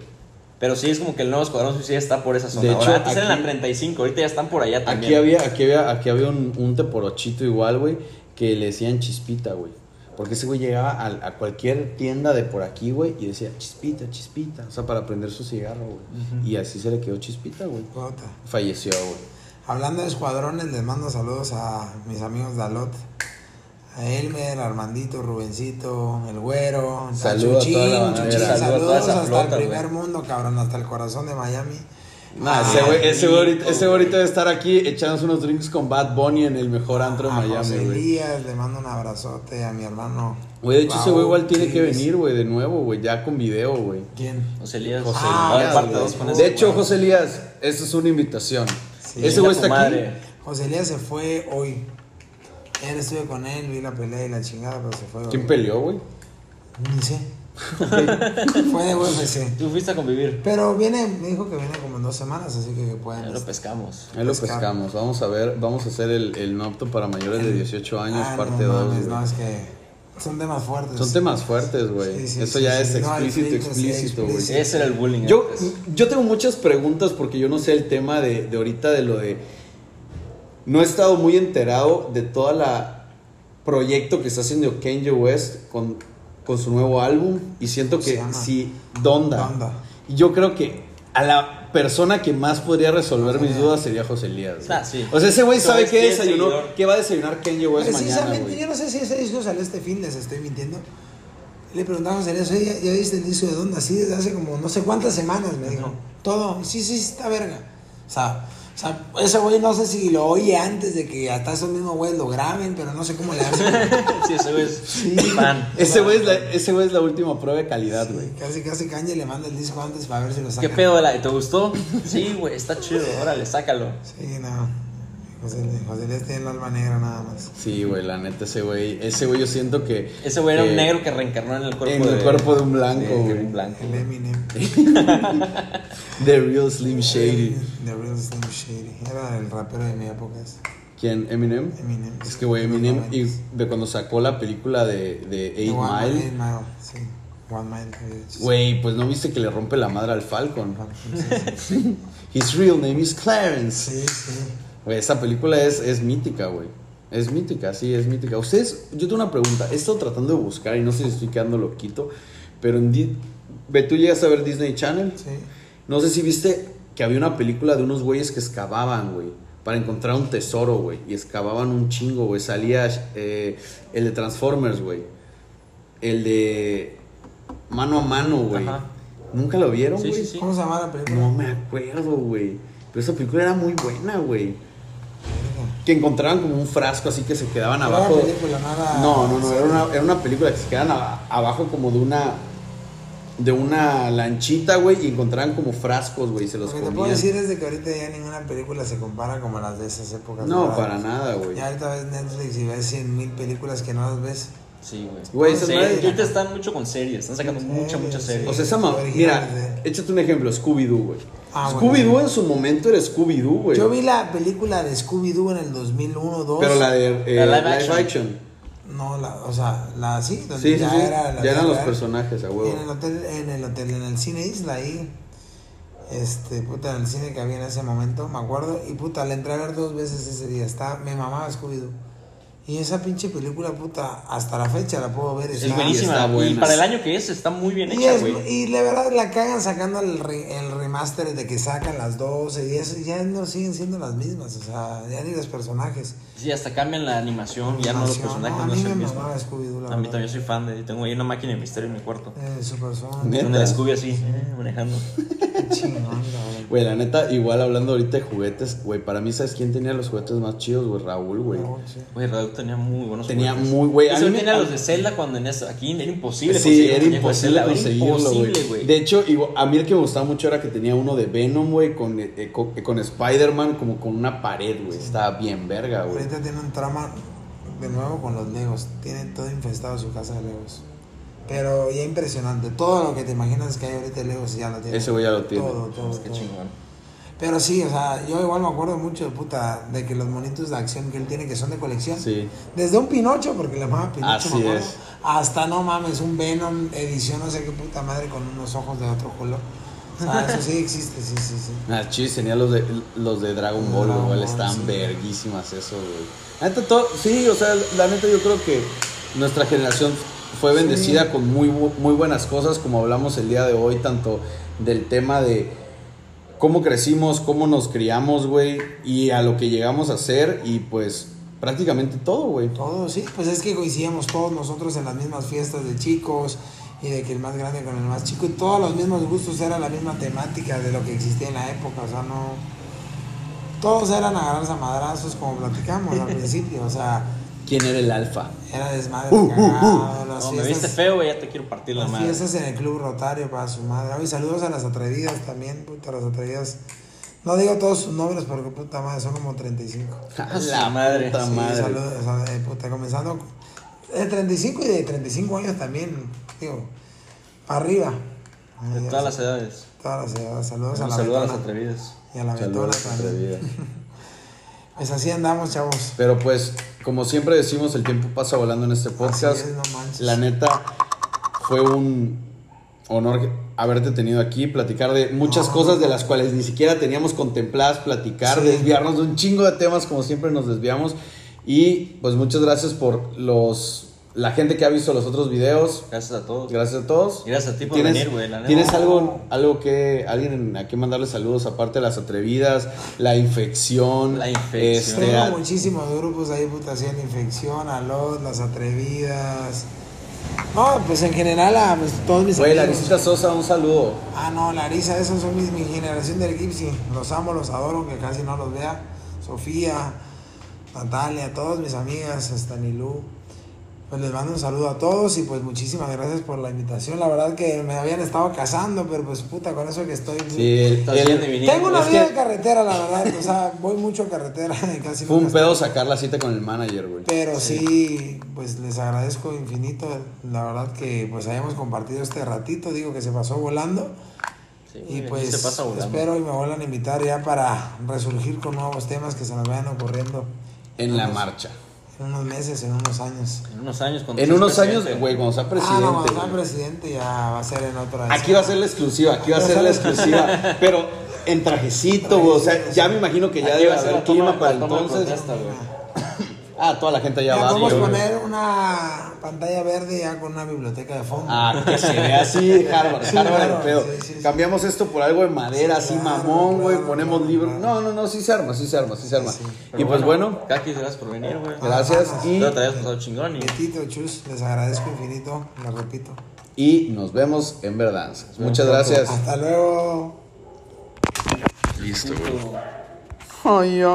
Pero sí, es como que el nuevo Escuadrón Suicida está por esa zona. De Ahora, hecho, antes era en aquí- la 35, ahorita ya están por allá también. Aquí había, aquí había, aquí había un, un teporochito igual, güey, que le decían chispita, güey. Porque ese güey llegaba a, a cualquier tienda de por aquí, güey, y decía, chispita, chispita. O sea, para prender su cigarro, güey. Y así se le quedó chispita, güey. Puta. Falleció, güey. Hablando de escuadrones, les mando saludos a mis amigos Dalot. A Elmer, Armandito, Rubencito, El Güero, Saludo a Chuchín, toda la bandera. Chuchín, Saludo a toda saludos esa hasta el flota, primer güey. mundo, cabrón, hasta el corazón de Miami. Nah, Ah, ese güey ese güey ahorita, rico, ese güey ahorita debe estar aquí echándose unos drinks con Bad Bunny en el mejor antro de Ah, a José Miami, güey. Elías, le mando un abrazote a mi hermano. Güey, de hecho, ese Raúl güey igual tiene que Kings. venir, güey, de nuevo, güey, ya con video, güey. ¿Quién? José Elías. José Ah, Va a haber Elías, parte güey. dos con De ese, hecho, güey. José Elías, esta es una invitación. Sí. Ese Chinga güey tu está aquí. madre. José Elías se fue hoy. Él estuve con él, vi la pelea y la chingada, pero se fue. güey. ¿Quién peleó, güey? Ni sé. (laughs) fue de UFC. Tú fuiste a convivir. Pero viene, me dijo que viene como en dos semanas, así que pueden. Ya lo este, pescamos. Ahí lo Pescamos. pescamos. Vamos a ver, vamos a hacer el, el nopto para mayores de 18 años, Ah, parte no, 2. mames, No, es que son temas fuertes. Son temas fuertes, güey. Sí, sí, Eso sí, ya sí, es sí. No, explícito, explícito, sí, explícito, güey. explícito. Ese era el bullying. Yo, Pues, antes. yo tengo muchas preguntas porque yo no sé el tema de, de ahorita de lo de... No he estado muy enterado de toda la proyecto que está haciendo Kanye West con, con su nuevo álbum y siento Se que llama sí, Donda. Donda. Y Yo creo que a la persona que más podría resolver mis Ajá. dudas sería José Elías. güey. Ah, sí. O sea, ese güey Ese sabe güey qué sí es desayunó, seguidor. qué va a desayunar Kanye West mañana, Precisamente, güey. yo no sé si ese disco salió este fin, les estoy mintiendo. Le preguntamos a José Elías, ¿ya, ¿ya viste el disco de Donda? Sí, desde hace como no sé cuántas semanas, me dijo. Todo, sí, sí, está verga. O sea, o sea, ese güey no sé si lo oye antes de que hasta esos mismos güeyes lo graben, pero no sé cómo le hacen. (laughs) (laughs) sí, ese güey es fan. Ese güey es la, ese güey es la última prueba de calidad, güey. casi, casi Kanye le manda el disco antes para ver si lo saca. ¿Qué pedo, la? ¿Te gustó? Sí, güey, está chido. Órale, sácalo. Sí, no. José, José Elías tiene el alma negra nada más. Sí, güey, la neta, ese güey, ese güey yo siento que... Ese güey era que un negro que reencarnó en el cuerpo en de... el cuerpo de un blanco, de- de güey. un blanco. El Eminem. The Real Slim Shady. The Real Slim Shady. Era el rapero de mi época. ese. ¿Quién? ¿Eminem? Eminem. Es que, güey, Eminem, No, y de cuando sacó la película de, de Eight One Mile, Eight Mile, sí. One Mile. eh, sí. güey, pues no viste que le rompe la madre al Falcon. Sí, sí, His real name is Clarence. sí, sí. Güey, esa película es, es mítica, güey. Es mítica, sí, es mítica. Ustedes, yo tengo una pregunta. He estado tratando de buscar y no sé si estoy quedando loquito, pero en Di- ve, tú llegas a ver Disney Channel. sí. No sé si viste que había una película de unos güeyes que excavaban, güey, para encontrar un tesoro, güey. Y excavaban un chingo, güey. Salía eh, el de Transformers, güey. El de mano a mano, güey. Ajá. ¿Nunca lo vieron, Sí, güey? sí, sí. ¿Cómo se llama la película? No me acuerdo, güey. Pero esa película era muy buena, güey. Que encontraban como un frasco así que se quedaban Era abajo. una película, no era- No, no, no, era una, era una película que se quedaban a- abajo como de una de una lanchita, güey, y encontraban como frascos, güey, y se Lo los que te puedo comían. decir es de que ahorita ya ninguna película se compara como las de esas épocas. No, doradas. para nada, güey. pues, Ya ahorita ves Netflix y ves 100 mil películas que no las ves. Sí, güey. Güey, Sí, esas madres- ahorita están mucho con series. Están sacando Sí, mucha, mucha sí. serie. O sea, esa ma- Originales, mira, eh. échate un ejemplo, Scooby-Doo, güey. Ah, bueno, Scooby-Doo sí. en su momento era Scooby-Doo, güey. Yo vi la película de Scooby-Doo en el 2001 2 Pero la de eh, La live, live action. action. No, la, o sea, la sí, donde Sí, sí, sí. ya era la ya eran los vida real. personajes, a Y En el huevo. hotel, en el hotel, en el cine Isla ahí. Este, puta, en el cine que había en ese momento, me acuerdo. Y puta, la entré a ver dos veces ese día. Está, me mamaba Scooby-Doo. Y esa pinche película, puta, hasta la fecha la puedo ver. es está- está buenísima. Y buena. para el año que es, está muy bien Y, hecha, es- güey. y la verdad la cagan sacando el, re- el remaster de que sacan las 12 y eso, ya no siguen siendo las mismas, o sea, ya ni los personajes. Sí, hasta cambian la animación. Ya no los Animación, personajes no, no, a mí es el me mismo. mamaba Scooby-Doo, la A mí verdad. también soy fan de. Tengo ahí una máquina de misterio en mi cuarto. Eh, su persona. Ne- Neta. Donde la Scooby así, eh, manejando. qué chingón, cabrón. Güey, la neta, igual hablando ahorita de juguetes, güey, para mí, ¿sabes quién tenía los juguetes más chidos, güey? Raúl, güey. No, sí. Güey, Raúl tenía muy buenos Tenía juguetes. muy, güey, a Ese mí güey me- tenía a- los de Zelda cuando en eso. Aquí era imposible. Sí, conseguir un era muñeco de imposible Zelda, conseguirlo, imposible, güey. De hecho, igual- a mí el que me gustaba mucho era que tenía uno de Venom, güey, con, eh, eh, con, eh, con Spider-Man, como con una pared, güey. Estaba bien verga, güey. Ahorita tiene un trauma de nuevo con los Legos. Tiene todo infestado su casa de Legos. Pero ya impresionante. Todo lo que te imaginas que hay ahorita de Legos ya lo tiene. Ese güey ya lo tiene. Todo, todo, Qué todo. chingón. Pero sí, o sea, yo igual me acuerdo mucho de puta de que los monitos de acción que él tiene que son de colección. Sí. Desde un Pinocho, porque le llamaba Pinocho, Así me acuerdo, es. Hasta no mames, un Venom edición, no sé qué puta madre, con unos ojos de otro color. O sea, eso sí existe, sí, sí, sí. Ah, chis, tenía los de, los de Dragon Ball, Dragon güey. Ball, Estaban sí. verguísimas esos, güey. La neta, todo- sí, o sea, la neta yo creo que nuestra generación fue bendecida con muy, bu- muy buenas cosas, como hablamos el día de hoy, tanto del tema de cómo crecimos, cómo nos criamos, güey, y a lo que llegamos a ser, y pues prácticamente todo, güey. Todos, sí, pues es que coincidíamos todos nosotros en las mismas fiestas de chicos y de que el más grande con el más chico y todos los mismos gustos era la misma temática de lo que existía en la época, o sea, no. Todos eran agarrarse a madrazos como (laughs) platicamos al principio, o sea, ¿Quién era el alfa? (laughs) era desmadre, cagado, las Uh, No, me fiestas- viste feo, güey, ya te quiero partir la las madre. fiestas en el Club Rotario para su madre. Oye, saludos a las atrevidas también, puta, las atrevidas. No digo todos sus nombres porque puta madre, son como 35. A la madre. Puta Sí, madre. saludos, o sea, eh, puta, comenzando de 35 y de 35 años también, digo, para arriba. De todas las edades. Todas las edades. Saludos a Un la saludo a los Betona atrevidos. Y a la Betona Saludos, también. atrevida. Pues así andamos, chavos. Pero pues, como siempre decimos, el tiempo pasa volando en este podcast. Así es, no manches. La neta, fue un honor haberte tenido aquí, platicar de muchas cosas de las cuales ni siquiera teníamos contempladas, platicar, Sí. desviarnos de un chingo de temas como siempre nos desviamos. Y pues muchas gracias por los la gente que ha visto los otros videos. Gracias a todos. Gracias a todos. Gracias a ti por ¿Tienes- venir, güey, la neta. ¿Tienes algo, algo que, alguien a qué mandarle saludos aparte de las atrevidas, la infección? La infección. este, Tengo a- muchísimos grupos ahí, puta, así en infección, a los, las atrevidas. No, pues en general a pues, todos mis Güey, amigos. Laricita Sosa, un saludo. Ah, no, Larisa, esos son mis, mi generación del Gipsy. Los amo, los adoro, que casi no los vea. Sofía, Natalia, todas mis amigas, hasta Nilú. Pues les mando un saludo a todos y pues muchísimas gracias por la invitación. La verdad que me habían estado casando, pero pues puta, con eso que estoy. Sí, el- Estás el- bien de vinil. Tengo una Es vida que- de carretera, la verdad. O sea, voy mucho a carretera (laughs) y casi fue nunca un estoy. pedo sacar la cita con el manager, güey. Pero sí, pues les agradezco infinito. La verdad que pues hayamos compartido este ratito. Digo que se pasó volando. Sí, Y güey, aquí pues se pasa volando. espero y me vuelvan a invitar ya para resurgir con nuevos temas que se nos vayan ocurriendo En la marcha. en unos meses, en unos años. En unos años. cuando En seas unos años, presidente. güey, cuando sea Ah, no, cuando presidente. sea güey. presidente ya va a ser en otro Aquí va a ser la exclusiva, aquí va a Aquí ser la exclusiva. Pero en trajecito, güey. O sea, ya me imagino que ya Aquí debe va a ser haber la toma- clima para la toma de entonces. protesta, güey. Ah, toda la gente allá Ya va. podemos güey. poner una pantalla verde ya con una biblioteca de fondo. Ah, (laughs) que se vea así, Harvard, Sí, Harvard claro, el pedo. sí, sí, sí. Cambiamos esto por algo de madera, Sí, así claro, mamón, güey. claro, ponemos claro, libros. claro. No, no, no, sí se arma, sí se arma, sí se arma. Sí, sí. Y Pero pues bueno, Kakis, gracias por venir, güey. gracias Ah, y, Te lo traías pasado chingón y Betito, Chus, les agradezco infinito, lo repito. y nos vemos en verdad. Muchas gracias. Hasta luego. Listo, güey.